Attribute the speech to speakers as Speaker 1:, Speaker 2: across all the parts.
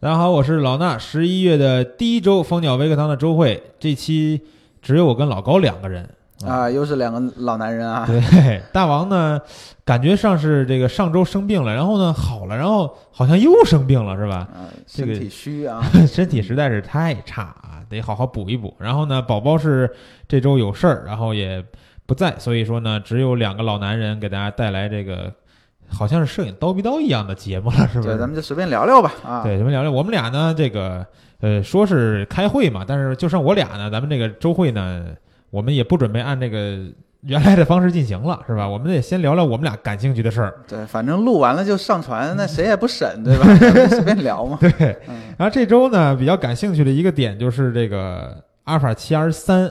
Speaker 1: 大家好，我是老衲。十一月的第一周，蜂鸟微课堂的周会，这期只有我跟老高两个人。
Speaker 2: 啊，又是两个老男人啊！
Speaker 1: 对， 大王呢，感觉上是这个上周生病了，然后呢好了，然后好像又生病了，是吧？
Speaker 2: 啊，
Speaker 1: 这
Speaker 2: 身
Speaker 1: 个
Speaker 2: 体虚啊，
Speaker 1: 身体实在是太差啊，得好好补一补。然后呢，宝宝是这周有事儿，然后也不在，所以说呢，只有两个老男人给大家带来这个好像是摄影叨逼叨一样的节目了，是不
Speaker 2: 对，
Speaker 1: 是
Speaker 2: 咱？们就随便聊聊吧啊。
Speaker 1: 对，咱们聊聊。我们俩呢，这个呃，说是开会嘛，但是就剩我俩呢，咱们这个周会呢，我们也不准备按这个原来的方式进行了，是吧？我们得先聊聊我们俩感兴趣的事儿。
Speaker 2: 对，反正录完了就上传，那谁也不 审，对吧？咱们就随便聊嘛。
Speaker 1: 对，
Speaker 2: 嗯，
Speaker 1: 然后这周呢，比较感兴趣的一个点就是这个阿尔法七 R 三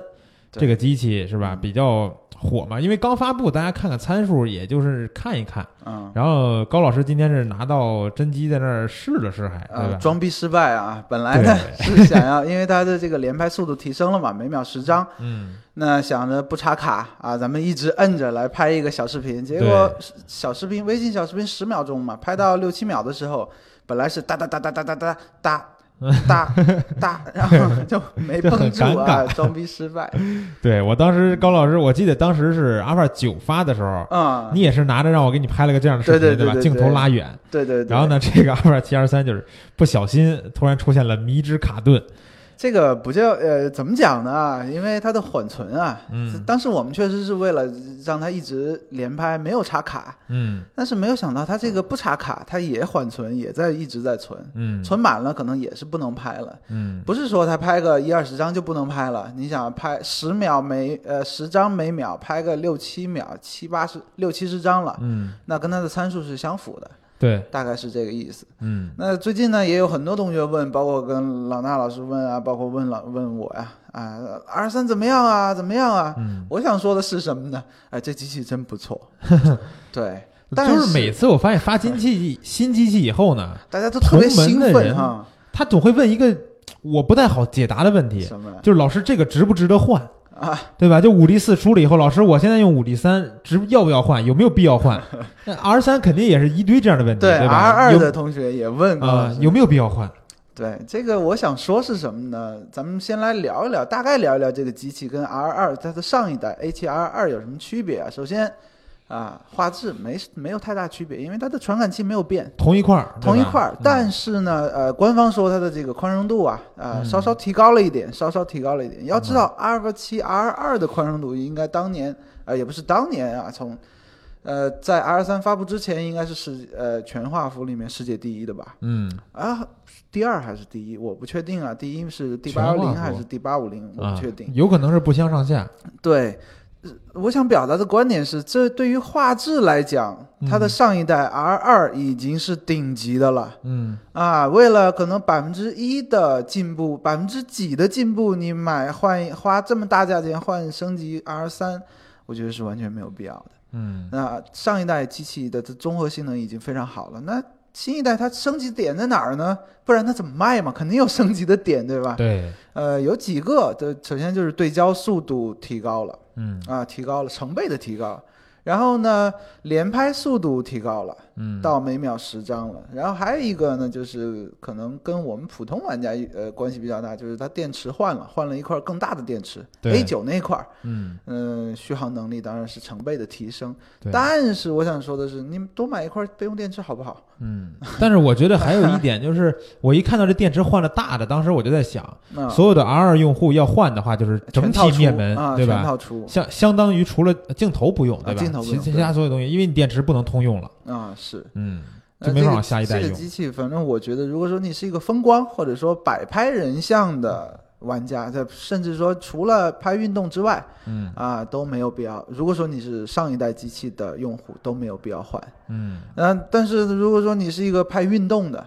Speaker 2: 对
Speaker 1: 这个机器是吧，
Speaker 2: 嗯
Speaker 1: 比较火嘛，因为刚发布，大家看看参数，也就是看一看。
Speaker 2: 嗯，
Speaker 1: 然后高老师今天是拿到真机在那儿试了试，还对
Speaker 2: 呃，
Speaker 1: 吧？
Speaker 2: 装逼失败啊！本来呢是想要，因为它的这个连拍速度提升了嘛，每秒十张，
Speaker 1: 嗯，
Speaker 2: 那想着不插卡啊，咱们一直摁着来拍一个小视频，结果小视频微信小视频十秒钟嘛，拍到六七秒的时候，本来是哒哒哒哒哒哒哒哒。 哒哒，然后就没
Speaker 1: 就很
Speaker 2: 绷住啊
Speaker 1: 尴，
Speaker 2: 装逼失败。
Speaker 1: 对我当时高老师，我记得当时是阿尔法九发的时候。
Speaker 2: 嗯，
Speaker 1: 你也是拿着让我给你拍了个这样的视频，
Speaker 2: 对对对
Speaker 1: 吧？
Speaker 2: 对
Speaker 1: 镜头
Speaker 2: 对
Speaker 1: 拉远，
Speaker 2: 对对对。
Speaker 1: 然后？呢，这个阿尔法七 R 三就是不小心突然出现了迷之卡顿，
Speaker 2: 这个不叫呃，怎么讲呢？因为它的缓存啊，
Speaker 1: 嗯
Speaker 2: 当时我们确实是为了让它一直连拍，没有插卡，
Speaker 1: 嗯
Speaker 2: 但是没有想到它这个不插卡，它也缓存，也在一直在存，
Speaker 1: 嗯
Speaker 2: 存满了可能也是不能拍了。
Speaker 1: 嗯，
Speaker 2: 不是说它拍个一二十张就不能拍了，你想拍十秒每呃十张每秒拍个六七秒七八十六七十张了，
Speaker 1: 嗯，
Speaker 2: 那跟它的参数是相符的，
Speaker 1: 对，
Speaker 2: 大概是这个意思。
Speaker 1: 嗯
Speaker 2: 那最近呢，也有很多同学问，包括跟老衲老师问啊，包括问老问我呀、啊，r 三怎么样啊？怎么样啊？
Speaker 1: 嗯，
Speaker 2: 我想说的是什么呢？哎，这机器真不错。 对，但
Speaker 1: 就是每次我发现发新机器新机器以后呢，
Speaker 2: 大家都特别兴
Speaker 1: 同门的人
Speaker 2: 奋哈，
Speaker 1: 他总会问一个我不太好解答的问题，
Speaker 2: 什么呀
Speaker 1: 就是老师这个值不值得换，
Speaker 2: 啊？
Speaker 1: 对吧？就五 D 四出了以后，老师我现在用五 D 三，值要不要换？有没有必要换？那 R 三肯定也是一堆这样的问题，
Speaker 2: 对
Speaker 1: 对
Speaker 2: ，R
Speaker 1: 吧？
Speaker 2: 二
Speaker 1: 有
Speaker 2: 的同学也问过
Speaker 1: 啊、有没有必要换？
Speaker 2: 对这个，我想说是什么呢？咱们先来聊一聊，大概聊一聊这个机器跟 R 二它的上一代 A 7 R 二有什么区别啊？首先，啊，画质没没有太大区别，因为它的传感器没有变，
Speaker 1: 同一块儿，对吧
Speaker 2: 同一块儿
Speaker 1: 嗯。
Speaker 2: 但是呢，呃，官方说它的这个宽容度啊，呃，
Speaker 1: 嗯
Speaker 2: 稍稍提高了一点，稍稍提高了一点。要知道，R 7 R 二的宽容度应该当年，呃，也不是当年啊，从，呃，在 R 3发布之前，应该是世呃全画幅里面世界第一的吧？
Speaker 1: 嗯
Speaker 2: 啊，第二还是第一，我不确定啊。第一是第
Speaker 1: 全
Speaker 2: 八幺
Speaker 1: 画
Speaker 2: 零
Speaker 1: 幅
Speaker 2: 还是第八五零，我
Speaker 1: 啊
Speaker 2: 不确定。
Speaker 1: 有可能是不相上下。
Speaker 2: 对，呃我想表达的观点是，这对于画质来讲，它的上一代 R 二已经是顶级的了、
Speaker 1: 嗯
Speaker 2: 啊。为了可能百分之一的进步，百分之几的进步，你买换花这么大价钱换升级 R 三，我觉得是完全没有必要的。
Speaker 1: 嗯
Speaker 2: 那上一代机器的这综合性能已经非常好了，那新一代它升级点在哪儿呢？不然它怎么卖嘛？肯定有升级的点，对吧？
Speaker 1: 对，
Speaker 2: 呃，有几个，的，首先就是对焦速度提高了
Speaker 1: 嗯
Speaker 2: 啊，提高了成倍的提高，然后呢，连拍速度提高了，
Speaker 1: 嗯，
Speaker 2: 到每秒十张了，然后还有一个呢，就是可能跟我们普通玩家呃关系比较大，就是它电池换了，换了一块更大的电池
Speaker 1: 对
Speaker 2: ，A 九那一块儿，
Speaker 1: 嗯
Speaker 2: 嗯、续航能力当然是成倍的提升。
Speaker 1: 对，
Speaker 2: 但是我想说的是，你们多买一块备用电池好不好？
Speaker 1: 嗯，但是我觉得还有一点就是， 我一看到这电池换了大的，当时我就在想，
Speaker 2: 那、
Speaker 1: 所有的 R 二用户要换的话，就是整
Speaker 2: 嗯全套
Speaker 1: 体
Speaker 2: 出
Speaker 1: 面门，
Speaker 2: 啊，
Speaker 1: 对
Speaker 2: 全
Speaker 1: 吧？
Speaker 2: 套出
Speaker 1: 相相当于除了呃镜头不用，
Speaker 2: 啊
Speaker 1: 对吧？
Speaker 2: 镜头不用
Speaker 1: 其其他所有东西，因为你电池不能通用了，
Speaker 2: 啊，是
Speaker 1: 嗯，
Speaker 2: 那
Speaker 1: 就没
Speaker 2: 这
Speaker 1: 法
Speaker 2: 个
Speaker 1: 往下一代
Speaker 2: 呃这个
Speaker 1: 用。
Speaker 2: 机器，反正我觉得，如果说你是一个风光或者说摆拍人像的玩家，在甚至说除了拍运动之外
Speaker 1: 嗯
Speaker 2: 啊都没有必要。如果说你是上一代机器的用户，都没有必要换。
Speaker 1: 嗯
Speaker 2: 嗯、但是如果说你是一个拍运动的。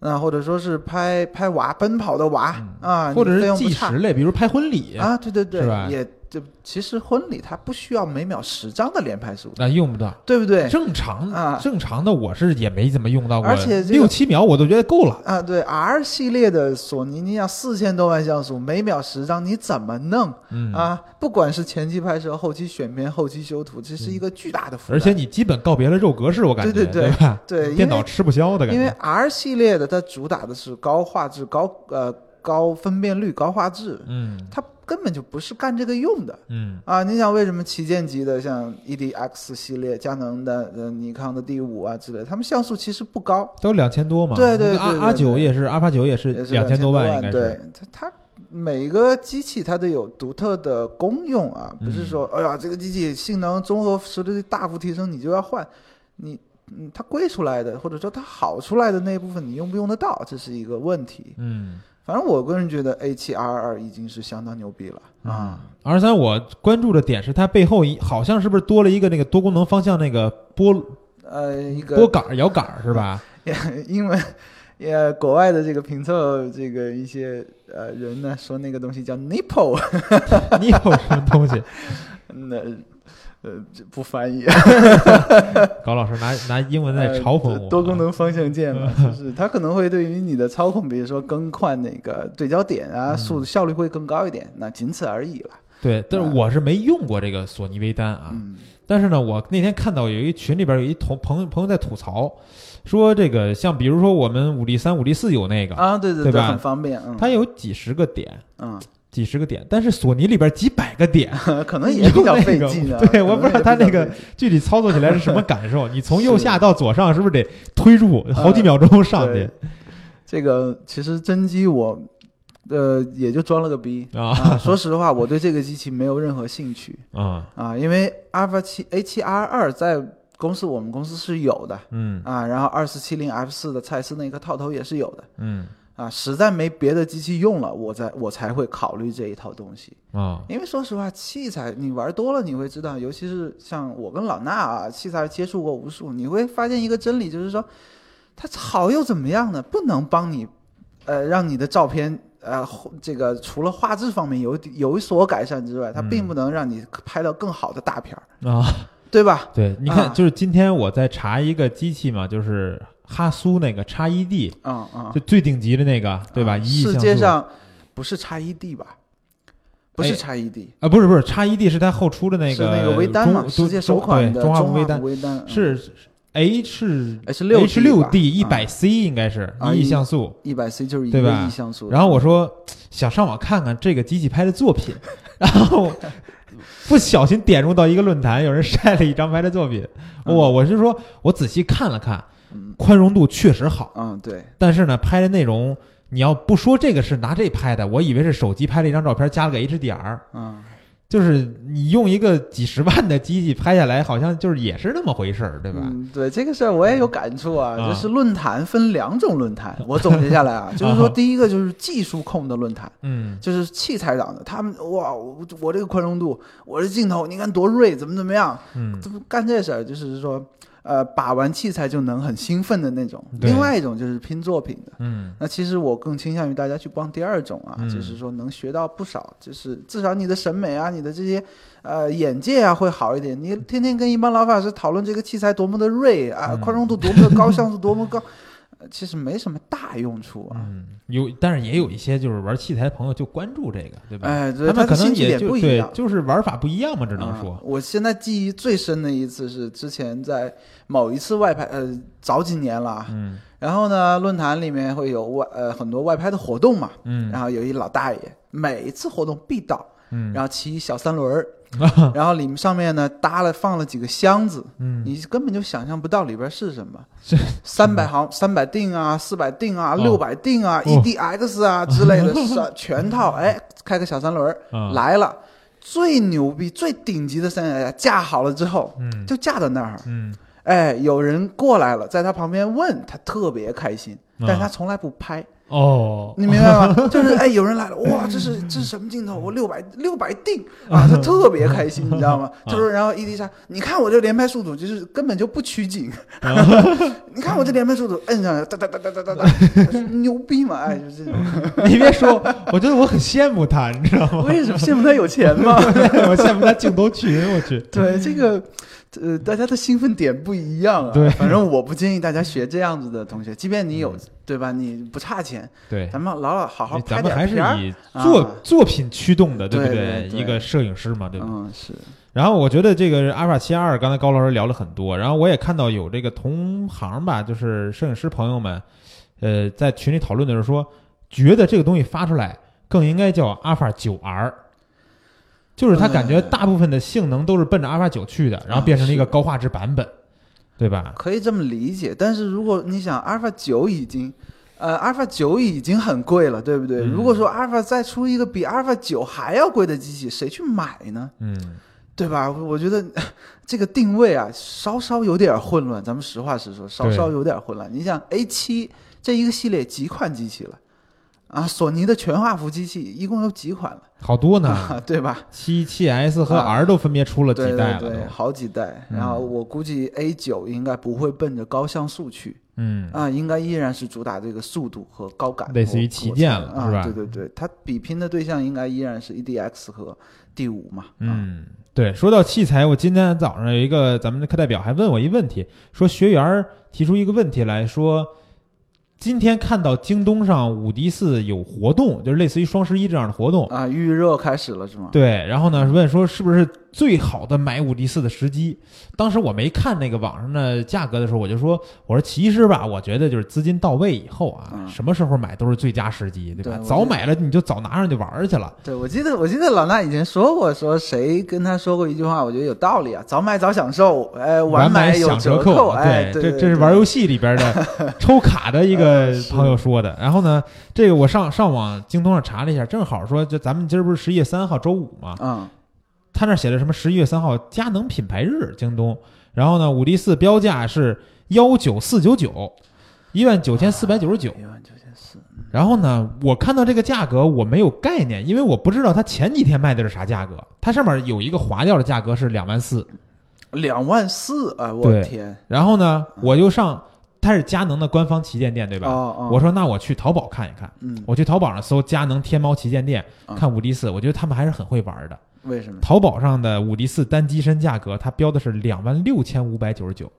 Speaker 2: 啊，或者说是拍拍娃奔跑的娃、啊，
Speaker 1: 嗯或者
Speaker 2: 你费
Speaker 1: 是
Speaker 2: 用不
Speaker 1: 纪
Speaker 2: 差
Speaker 1: 实类，比如拍婚礼，
Speaker 2: 啊，对对对，
Speaker 1: 是吧
Speaker 2: 也这其实婚礼它不需要每秒十张的连拍速度，
Speaker 1: 那啊用不到。
Speaker 2: 对不对？
Speaker 1: 正常
Speaker 2: 啊
Speaker 1: 正常的我是也没怎么用到过，
Speaker 2: 而且这个
Speaker 1: 六七秒我都觉得够了。
Speaker 2: 啊，对 R 系列的索尼，你想四千多万像素，每秒十张，你怎么弄
Speaker 1: 嗯，
Speaker 2: 啊？不管是前期拍摄、后期选片、后期修图，这是一个巨大的负担。
Speaker 1: 嗯而且你基本告别了肉格式，我感觉
Speaker 2: 对对对
Speaker 1: 吧？
Speaker 2: 对因为
Speaker 1: 电脑吃不消的感
Speaker 2: 因为
Speaker 1: 觉。
Speaker 2: R 系列的它主打的是高画质、高呃高分辨率、高画质，
Speaker 1: 嗯
Speaker 2: 它根本就不是干这个用的。
Speaker 1: 嗯
Speaker 2: 啊，你想为什么旗舰级的像 EDX 系列、佳能的、呃尼康的 D 五啊之类，他们像素其实不高，
Speaker 1: 都两千多嘛。
Speaker 2: 对对对
Speaker 1: 阿
Speaker 2: 对对
Speaker 1: 阿九也是，阿帕九也是
Speaker 2: 也是
Speaker 1: 两
Speaker 2: 千
Speaker 1: 多
Speaker 2: 万，
Speaker 1: 应该
Speaker 2: 对
Speaker 1: 是。嗯
Speaker 2: 它它每个机器它都有独特的功用啊，不是
Speaker 1: 嗯
Speaker 2: 说、哎呀这个机器性能综合实力大幅提升你就要换，你嗯它贵出来的或者说它好出来的那一部分你用不用得到，这是一个问题。
Speaker 1: 嗯
Speaker 2: 反正我个人觉得 A 7 R 二已经是相当牛逼了
Speaker 1: 嗯
Speaker 2: 啊，
Speaker 1: ，R 三我关注的点是它背后一好像是不是多了一个那个多功能方向那个拨
Speaker 2: 呃一个
Speaker 1: 拨杆儿摇杆儿是吧？
Speaker 2: 因为也国外的这个评测这个一些呃人呢说那个东西叫 nipple，
Speaker 1: 你有什么东西？
Speaker 2: 那呃这不翻译，
Speaker 1: 高老师拿拿英文在
Speaker 2: 呃
Speaker 1: 嘲讽我。啊
Speaker 2: 多功能方向键嘛， 就是它可能会对于你的操控，比如说更换那个对焦点啊，
Speaker 1: 嗯
Speaker 2: 速度效率会更高一点，那仅此而已了。
Speaker 1: 对，但是
Speaker 2: 啊
Speaker 1: 我是没用过这个索尼微单啊。
Speaker 2: 嗯，
Speaker 1: 但是呢，我那天看到有一群里边有一同朋友朋友在吐槽，说这个像比如说我们五力三、五力四有那个，
Speaker 2: 啊，对对
Speaker 1: 对吧
Speaker 2: 很方便，嗯，
Speaker 1: 它有几十个点，
Speaker 2: 嗯，
Speaker 1: 几十个点，但是索尼里边几百个点，
Speaker 2: 可能也比较费劲
Speaker 1: 用
Speaker 2: 啊
Speaker 1: 那。个 对我不知道它
Speaker 2: 可
Speaker 1: 那
Speaker 2: 能也比较
Speaker 1: 个
Speaker 2: 费劲
Speaker 1: 具体操作起来是什么感 受？你从右下到左上是不是得推入好几秒钟上去
Speaker 2: 对这个其实真机我呃也就装了个逼。
Speaker 1: 啊？
Speaker 2: 啊，说实话，我对这个机器没有任何兴趣
Speaker 1: 啊，
Speaker 2: 啊，因为阿尔法七 A 7 R 二在公司我们公司是有的
Speaker 1: 嗯
Speaker 2: 啊，然后二四七零 F 四的蔡司那个套头也是有的，
Speaker 1: 嗯
Speaker 2: 啊，实在没别的机器用了，我才我才会考虑这一套东西。
Speaker 1: 啊，
Speaker 2: 因为说实话，器材你玩多了，你会知道，尤其是像我跟老衲啊，器材接触过无数，你会发现一个真理，就是说，它好又怎么样呢？不能帮你，呃，让你的照片。呃，后这个除了画质方面有有所改善之外，它
Speaker 1: 嗯
Speaker 2: 并不能让你拍到更好的大片儿，
Speaker 1: 啊，
Speaker 2: 对吧？
Speaker 1: 对，你
Speaker 2: 啊
Speaker 1: 看，就是今天我在查一个机器嘛，就是哈苏那个叉 E D，
Speaker 2: 嗯嗯，
Speaker 1: 就最顶级的那个，对吧？
Speaker 2: 啊
Speaker 1: 一亿像
Speaker 2: 世
Speaker 1: 素
Speaker 2: 界上不是差一 D 吧？不
Speaker 1: 哎
Speaker 2: 是差一 D，
Speaker 1: 啊，不是不是，叉 E D 是它后出的那
Speaker 2: 是
Speaker 1: 个
Speaker 2: 那个微单嘛，
Speaker 1: 中
Speaker 2: 世界首款
Speaker 1: 中
Speaker 2: 的
Speaker 1: 对华
Speaker 2: 华
Speaker 1: 文微单
Speaker 2: 服微单嗯
Speaker 1: 是 H
Speaker 2: H 六
Speaker 1: H 六 D 一
Speaker 2: 一
Speaker 1: 百 C 应该是
Speaker 2: 啊
Speaker 1: 一亿
Speaker 2: 一
Speaker 1: 像素。
Speaker 2: 一百 C 就是一
Speaker 1: 对
Speaker 2: 个
Speaker 1: 吧
Speaker 2: 亿像素的，
Speaker 1: 然后我说想上网看看这个机器拍的作品， 然后不小心点入到一个论坛，有人晒了一张拍的作品，我、
Speaker 2: 嗯
Speaker 1: 我是说我仔细看了看，
Speaker 2: 嗯
Speaker 1: 宽容度确实好，
Speaker 2: 嗯对，
Speaker 1: 但是呢拍的内容。你要不说这个是拿这拍的，我以为是手机拍了一张照片加了个 HDR，
Speaker 2: 嗯
Speaker 1: 就是你用一个几十万的机器拍下来，好像就是也是那么回事儿，对吧？
Speaker 2: 嗯对这个事儿我也有感触啊，
Speaker 1: 啊
Speaker 2: 就是论坛分两种论坛，我总结下来 啊，就是说
Speaker 1: 啊
Speaker 2: 第一个就是技术控的论坛。
Speaker 1: 嗯
Speaker 2: 就是器材党的，他们哇，我我这个宽容度，我这镜头，你看多锐，怎么怎么样，
Speaker 1: 嗯
Speaker 2: 这不干这事儿，就是说，呃，把玩器材就能很兴奋的那种。
Speaker 1: 对
Speaker 2: 另外一种就是拼作品的，
Speaker 1: 嗯
Speaker 2: 那其实我更倾向于大家去逛第二种啊，
Speaker 1: 嗯
Speaker 2: 就是说能学到不少，就是至少你的审美啊，你的这些呃眼界啊会好一点。你天天跟一帮老法师讨论这个器材多么的锐啊，
Speaker 1: 嗯
Speaker 2: 宽容度多么的高，像素多么高， 呃其实没什么大用处啊。
Speaker 1: 嗯，有，但是也有一些就是玩器材的朋友就关注这个，对吧？
Speaker 2: 哎，对，
Speaker 1: 他们可
Speaker 2: 的
Speaker 1: 能
Speaker 2: 兴趣
Speaker 1: 也
Speaker 2: 点
Speaker 1: 就
Speaker 2: 不一
Speaker 1: 对
Speaker 2: 样，。
Speaker 1: 就是玩法不一样嘛，只能
Speaker 2: 啊
Speaker 1: 说，
Speaker 2: 我现在记忆最深的一次是之前在某一次外拍，呃，早几年了啊。
Speaker 1: 嗯
Speaker 2: 然后呢，论坛里面会有外呃很多外拍的活动嘛，
Speaker 1: 嗯
Speaker 2: 然后有一老大爷，每一次活动必到。
Speaker 1: 嗯
Speaker 2: 然后骑小三轮 儿，然后里面上面呢搭了放了几个箱子，
Speaker 1: 嗯，
Speaker 2: 你根本就想象不到里边是 什么
Speaker 1: 这，
Speaker 2: 三百毫三百锭啊，四百锭啊，
Speaker 1: 哦
Speaker 2: 六百锭啊，EDX 啊之类 的，是啊全套，哎，开个小三轮儿
Speaker 1: 啊
Speaker 2: 来了，最牛逼、最顶级的三脚架架好了之后，
Speaker 1: 嗯
Speaker 2: 就架在那儿，
Speaker 1: 嗯
Speaker 2: 哎，有人过来了，在他旁边问他，特别开心，
Speaker 1: 嗯
Speaker 2: 但是他从来不拍，
Speaker 1: 哦，
Speaker 2: 你明白吗？ 就是哎，有人来了，哇，这是这是什么镜头？我六百六百定啊，他特别开心，你知道吗？他说，然后伊丽莎，你看我这连拍速度，就是根本就不取景， 你看我这连拍速度，摁上来哒哒哒哒哒哒哒，我说牛逼嘛！哎，就是这种，
Speaker 1: 你别说， 我觉得我很羡慕他，你知道 吗？
Speaker 2: 为什么羡慕他有钱嘛？
Speaker 1: 我羡慕他镜头群，我去。
Speaker 2: 对这个，呃，大家的兴奋点不一样啊。
Speaker 1: 对
Speaker 2: 反正我不建议大家学这样子的同学，即便你有，对吧？你不差钱，
Speaker 1: 对，
Speaker 2: 咱们老老好好拍
Speaker 1: 咱们
Speaker 2: 点
Speaker 1: 还是
Speaker 2: 片儿。
Speaker 1: 以作、
Speaker 2: 啊
Speaker 1: 作品驱动的，不
Speaker 2: 对对对
Speaker 1: 一个摄影师嘛，对吧？
Speaker 2: 嗯，是，
Speaker 1: 然后我觉得这个阿尔法七二，刚才高老师聊了很多，然后我也看到有这个同行吧，就是摄影师朋友们，呃，在群里讨论的时候说，觉得这个东西发出来更应该叫阿尔法九 R，就是他感觉
Speaker 2: 嗯
Speaker 1: 大部分的性能都是奔着阿尔法九去的，然后变成了一个高画质版本，对吧？
Speaker 2: 可以这么理解。但是如果你想，阿尔法九已经，呃，阿尔法九已经很贵了，对不对？
Speaker 1: 嗯
Speaker 2: 如果说阿尔法再出一个比阿尔法九还要贵的机器，谁去买呢？
Speaker 1: 嗯，
Speaker 2: 对吧？我我觉得这个定位啊，稍稍有点混乱。咱们实话实说，稍稍有点混乱。你想 A 7这一个系列几款机器了？啊，索尼的全画幅机器一共有几款了？
Speaker 1: 好多呢，
Speaker 2: 啊，对吧？
Speaker 1: 七七 S 和
Speaker 2: 啊
Speaker 1: R 都分别出了几
Speaker 2: 对
Speaker 1: 代
Speaker 2: 对
Speaker 1: 了都，
Speaker 2: 对，好几代。
Speaker 1: 嗯
Speaker 2: 然后我估计 A 9应该不会奔着高像素去
Speaker 1: 嗯，
Speaker 2: 啊，应该依然是主打这个速度和高感，
Speaker 1: 类似于
Speaker 2: 我
Speaker 1: 旗
Speaker 2: 我
Speaker 1: 舰
Speaker 2: 猜
Speaker 1: 了
Speaker 2: 啊
Speaker 1: 是吧
Speaker 2: 对对对，它比拼的对象应该依然是 EDX 和 D 5嘛。啊，
Speaker 1: 嗯，对，说到器材，我今天早上有一个咱们的课代表还问我一问题，说学员儿提出一个问题来说，今天看到京东上五迪四有活动，就是类似于双十一这样的活动，
Speaker 2: 啊，预热开始了是吗？
Speaker 1: 对，然后呢问说是不是最好的买五迪四的时机？当时我没看那个网上的价格的时候，我就说，我说其实吧，我觉得就是资金到位以后啊，
Speaker 2: 嗯
Speaker 1: 什么时候买都是最佳时机，对吧？
Speaker 2: 对我
Speaker 1: 早
Speaker 2: 觉得
Speaker 1: 买了你就早拿上去玩儿去了。
Speaker 2: 对，我记得我记得老衲以前说过，说谁跟他说过一句话，我觉得有道理啊，早买早享受，哎，晚
Speaker 1: 买
Speaker 2: 有
Speaker 1: 享折
Speaker 2: 扣，哎
Speaker 1: 对，，
Speaker 2: 对
Speaker 1: 这这是玩游戏里边 的抽卡的一个
Speaker 2: 呃是
Speaker 1: 朋友说的。然后呢，这个我上上网京东上查了一下，正好说，就咱们今儿不是十一月三号周五嘛，
Speaker 2: 嗯，
Speaker 1: 他那写的什么十一月三号佳能品牌日，京东。然后呢，五 D 四标价是幺九四九九，一万九千四百九十九。
Speaker 2: 一万九千四，
Speaker 1: 然后呢，我看到这个价格我没有概念，因为我不知道它前几天卖的是啥价格。它上面有一个划掉的价格是两万四，
Speaker 2: 两万四，哎，我
Speaker 1: 对
Speaker 2: 天，
Speaker 1: 然后呢，我就上，它是佳能的官方旗舰店，对吧？
Speaker 2: 哦哦，
Speaker 1: 我说那我去淘宝看一看，
Speaker 2: 嗯，
Speaker 1: 我去淘宝上搜佳能天猫旗舰店，
Speaker 2: 嗯
Speaker 1: 看五 D 四，我觉得他们还是很会玩的。
Speaker 2: 为什么？
Speaker 1: 淘宝上的五 D 四单机身价格，它标的是两万六千五百九十九，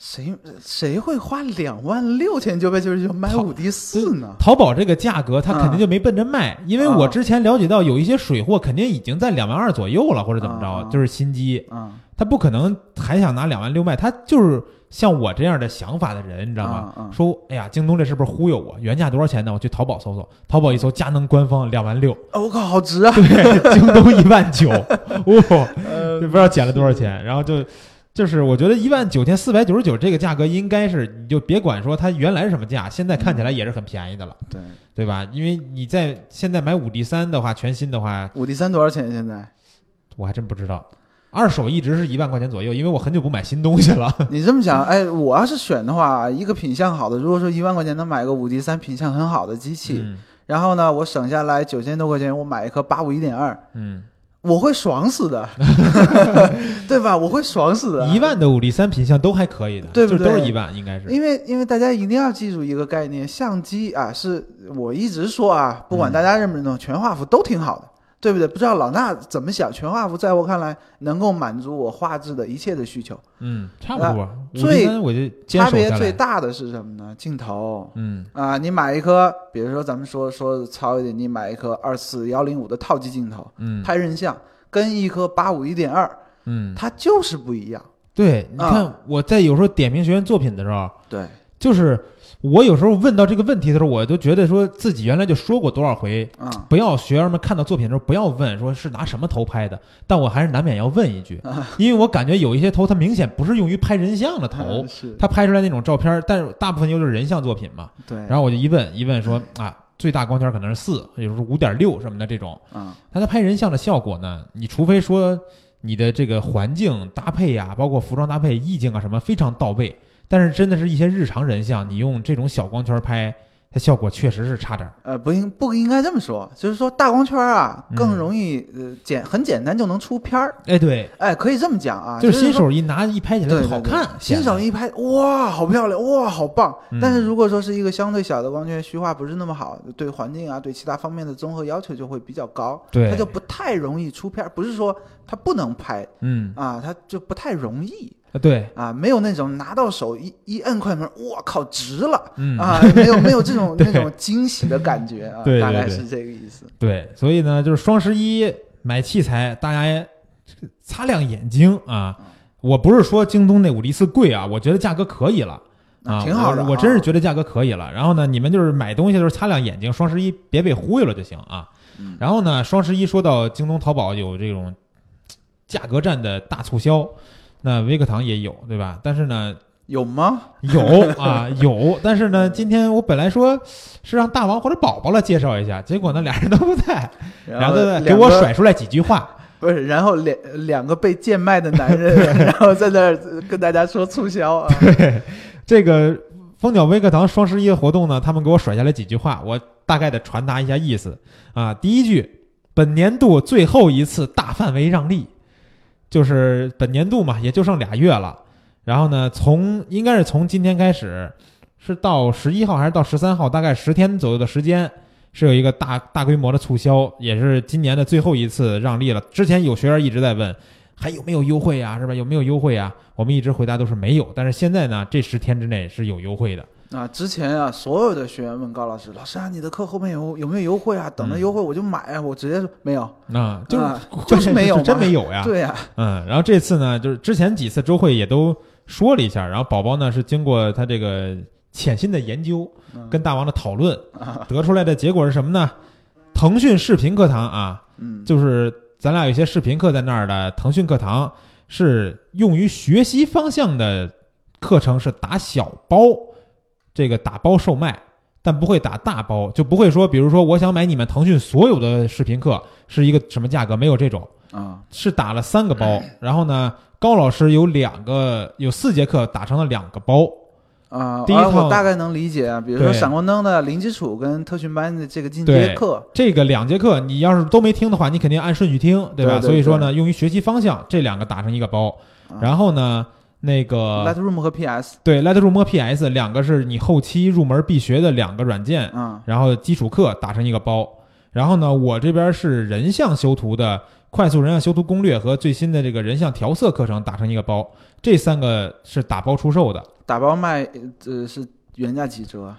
Speaker 2: 谁谁会花两万六千九百九十九买
Speaker 1: 淘
Speaker 2: 五 D 四呢？
Speaker 1: 淘宝这个价格它肯定就没奔着卖，因为我
Speaker 2: 嗯
Speaker 1: 之前了解到有一些水货肯定已经在两万二左右了，或者怎么着，
Speaker 2: 嗯嗯
Speaker 1: 就是新机，
Speaker 2: 啊，
Speaker 1: 他不可能还想拿两万六卖，他就是像我这样的想法的人，你知道吗？
Speaker 2: 嗯嗯
Speaker 1: 说，哎呀，京东这是不是忽悠我？原价多少钱呢？我去淘宝搜搜，淘宝一搜，佳能官方两 万六，
Speaker 2: 哦我靠，好值啊！
Speaker 1: 对，京东一万九，哦，
Speaker 2: 呃
Speaker 1: 就不知道减了多少钱，然后就。就是我觉得一万九千四百九十九这个价格应该是，你就别管说它原来是什么价，现在看起来也是很便宜的了，
Speaker 2: 对，
Speaker 1: 对吧？因为你在现在买五 D 三的话，全新的话，
Speaker 2: 五 D 三多少钱 现在？
Speaker 1: 我还真不知道。二手一直是一万块钱左右，因为我很久不买新东西了。
Speaker 2: 你这么想，哎，我要是选的话，一个品相好的，如果说一万块钱能买个五 D 三品相很好的机器，
Speaker 1: 嗯
Speaker 2: 然后呢，我省下来九千多块钱，我买一颗八五一点二，
Speaker 1: 嗯，
Speaker 2: 我会爽 死的，对吧？我会爽死的。
Speaker 1: 一，万的五 D 三品相都还可以的，
Speaker 2: 啊对不
Speaker 1: 就是都是
Speaker 2: 对
Speaker 1: 一万，应该是。
Speaker 2: 因为因为大家一定要记住一个概念，相机啊，是我一直说啊，不管大家认不认同，全画幅都挺好的。对不对？不知道老衲怎么想，全画幅在我看来能够满足我画质的一切的需求。
Speaker 1: 嗯，差不多。五
Speaker 2: 呃最
Speaker 1: D 三我就坚
Speaker 2: 差
Speaker 1: 守
Speaker 2: 别
Speaker 1: 下
Speaker 2: 最
Speaker 1: 来。
Speaker 2: 大的是什么呢？镜头，
Speaker 1: 嗯
Speaker 2: 啊，你买一颗，比如说咱们说说糙一点，你买一颗二四幺零五的套机镜头，
Speaker 1: 嗯
Speaker 2: 拍人像，跟一颗八五一点二，
Speaker 1: 嗯，
Speaker 2: 它就是不一样。
Speaker 1: 对，你
Speaker 2: 啊
Speaker 1: 看我在有时候点评学员作品的时候，啊
Speaker 2: 对，
Speaker 1: 就是我有时候问到这个问题的时候，我都觉得说自己原来就说过多少回，
Speaker 2: 嗯，
Speaker 1: 不要学员们看到作品的时候不要问说是拿什么头拍的，但我还是难免要问一句，
Speaker 2: 啊
Speaker 1: 因为我感觉有一些头它明显不是用于拍人像的头
Speaker 2: 嗯，是，
Speaker 1: 它拍出来那种照片，但是大部分又是人像作品嘛。
Speaker 2: 对，
Speaker 1: 然后我就一问一问说啊，最大光圈可能是四，有时候五点六什么的这种，
Speaker 2: 嗯，
Speaker 1: 但它拍人像的效果呢，你除非说你的这个环境搭配呀、包括服装搭配、意境啊什么非常到位，但是真的是一些日常人像，你用这种小光圈拍，它效果确实是差点儿。
Speaker 2: 呃，不应不应该这么说，就是说大光圈啊
Speaker 1: 嗯
Speaker 2: 更容易呃简很简单就能出片儿，
Speaker 1: 哎，对，
Speaker 2: 哎，可以这么讲啊，
Speaker 1: 就是是新
Speaker 2: 说
Speaker 1: 手一拿一拍起
Speaker 2: 对
Speaker 1: 来
Speaker 2: 对
Speaker 1: 好
Speaker 2: 对
Speaker 1: 看，
Speaker 2: 新
Speaker 1: 显
Speaker 2: 手
Speaker 1: 得
Speaker 2: 一拍哇好漂亮哇好棒，
Speaker 1: 嗯
Speaker 2: 但是如果说是一个相对小的光圈，虚化不是那么好，对环境啊对其他方面的综合要求就会比较高，
Speaker 1: 对
Speaker 2: 它就不太容易出片儿，不是说它不能拍
Speaker 1: 嗯，
Speaker 2: 啊，它就不太容易
Speaker 1: 啊对，
Speaker 2: 啊，没有那种拿到手一一摁快门，我靠直了。
Speaker 1: 嗯
Speaker 2: 啊，没有没有这种
Speaker 1: 对
Speaker 2: 那种惊喜的感觉啊，
Speaker 1: 对对
Speaker 2: 大概
Speaker 1: 对
Speaker 2: 是这个意思。
Speaker 1: 对，所以呢，就是双十一买器材，大家也擦亮眼睛啊。
Speaker 2: 嗯
Speaker 1: 我不是说京东那五零四贵啊，我觉得价格可以了啊，
Speaker 2: 挺好的
Speaker 1: 我。我
Speaker 2: 啊
Speaker 1: 真是觉得价格可以了。然后呢，你们就是买东西的时候擦亮眼睛，双十一别被忽悠了就行啊。
Speaker 2: 嗯
Speaker 1: 然后呢，双十一说到京东、淘宝有这种价格战的大促销，那微课堂也有，对吧？但是呢，
Speaker 2: 有吗？
Speaker 1: 有啊有，但是呢，今天我本来说是让大王或者宝宝来介绍一下，结果呢俩人都不在，然后呢给
Speaker 2: 两
Speaker 1: 我
Speaker 2: 个
Speaker 1: 甩出来几句话，
Speaker 2: 不是，然后两两个被贱卖的男人，然后在那儿跟大家说促销啊，
Speaker 1: 这个蜂鸟微课堂双十一的活动呢，他们给我甩下来几句话，我大概的传达一下意思啊。第一句，本年度最后一次大范围让利，就是本年度嘛，也就剩俩月了。然后呢，从应该是从今天开始，是到十一号还是到十三号，大概十天左右的时间。是有一个大大规模的促销，也是今年的最后一次让利了。之前有学员一直在问，还有没有优惠啊？是吧？有没有优惠啊？我们一直回答都是没有，但是现在呢，这十天之内是有优惠的。
Speaker 2: 啊，之前啊，所有的学员问高老师，老师啊，你的课后面有有没有优惠啊？等着
Speaker 1: 嗯
Speaker 2: 优惠我就买啊，我直接说没有。
Speaker 1: 啊，就是、
Speaker 2: 啊 就是没有嘛
Speaker 1: 真没有呀。
Speaker 2: 对呀、
Speaker 1: 嗯，然后这次呢，就是之前几次周会也都说了一下，然后宝宝呢是经过他这个潜心的研究
Speaker 2: 嗯啊
Speaker 1: 跟大王的讨论，得出来的结果是什么呢？腾讯视频课堂啊，
Speaker 2: 嗯，
Speaker 1: 就是咱俩有些视频课在那儿的，腾讯课堂是用于学习方向的课程是打小包，这个打包售卖，但不会打大包，就不会说，比如说我想买你们腾讯所有的视频课是一个什么价格，没有这种，
Speaker 2: 啊，
Speaker 1: 是打了三个包，然后呢，高老师有两个有四节课打成了两个包，
Speaker 2: 啊，
Speaker 1: 第一
Speaker 2: 啊
Speaker 1: 套
Speaker 2: 我大概能理解啊，比如说
Speaker 1: 对
Speaker 2: 闪光灯的零基础跟特训班的这个进阶
Speaker 1: 对
Speaker 2: 课，
Speaker 1: 这个两节课你要是都没听的话，你肯定按顺序听，对吧？
Speaker 2: 对对
Speaker 1: 所以说呢，用于学习方向这两个打成一个包，
Speaker 2: 啊
Speaker 1: 然后呢。那个
Speaker 2: Lightroom 和 PS
Speaker 1: 对，Lightroom 和 PS 两个是你后期入门必学的两个软件，
Speaker 2: 啊，
Speaker 1: 然后基础课打成一个包。然后呢，我这边是人像修图的快速人像修图攻略和最新的这个人像调色课程打成一个包，这三个是打包出售的。
Speaker 2: 打包卖呃是原价几折？啊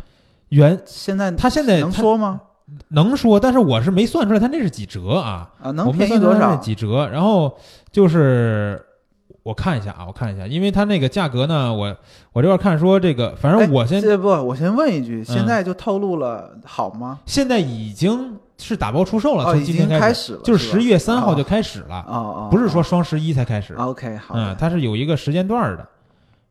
Speaker 1: 原
Speaker 2: 现在
Speaker 1: 他现在
Speaker 2: 能
Speaker 1: 他
Speaker 2: 说吗？
Speaker 1: 能说，但是我是没算出来他那是几折啊？
Speaker 2: 啊，
Speaker 1: 我
Speaker 2: 能
Speaker 1: 没
Speaker 2: 便宜
Speaker 1: 算出
Speaker 2: 多
Speaker 1: 来它
Speaker 2: 少
Speaker 1: 是？几折？然后就是我看一下啊，我看一下，因为他那个价格呢，我我这边看说这个，反正
Speaker 2: 哎
Speaker 1: 我先
Speaker 2: 这不，我先问一
Speaker 1: 嗯
Speaker 2: 句，现在就透露了好吗？
Speaker 1: 现在已经是打包出售了，
Speaker 2: 哦，
Speaker 1: 从
Speaker 2: 已
Speaker 1: 今
Speaker 2: 经
Speaker 1: 天
Speaker 2: 开
Speaker 1: 始，
Speaker 2: 始了，
Speaker 1: 就是十
Speaker 2: 吧
Speaker 1: 一月三号就开始了，
Speaker 2: 哦哦，
Speaker 1: 不是说双十一才开始。
Speaker 2: 哦 OK 好的
Speaker 1: 嗯，它是有一个时间段的。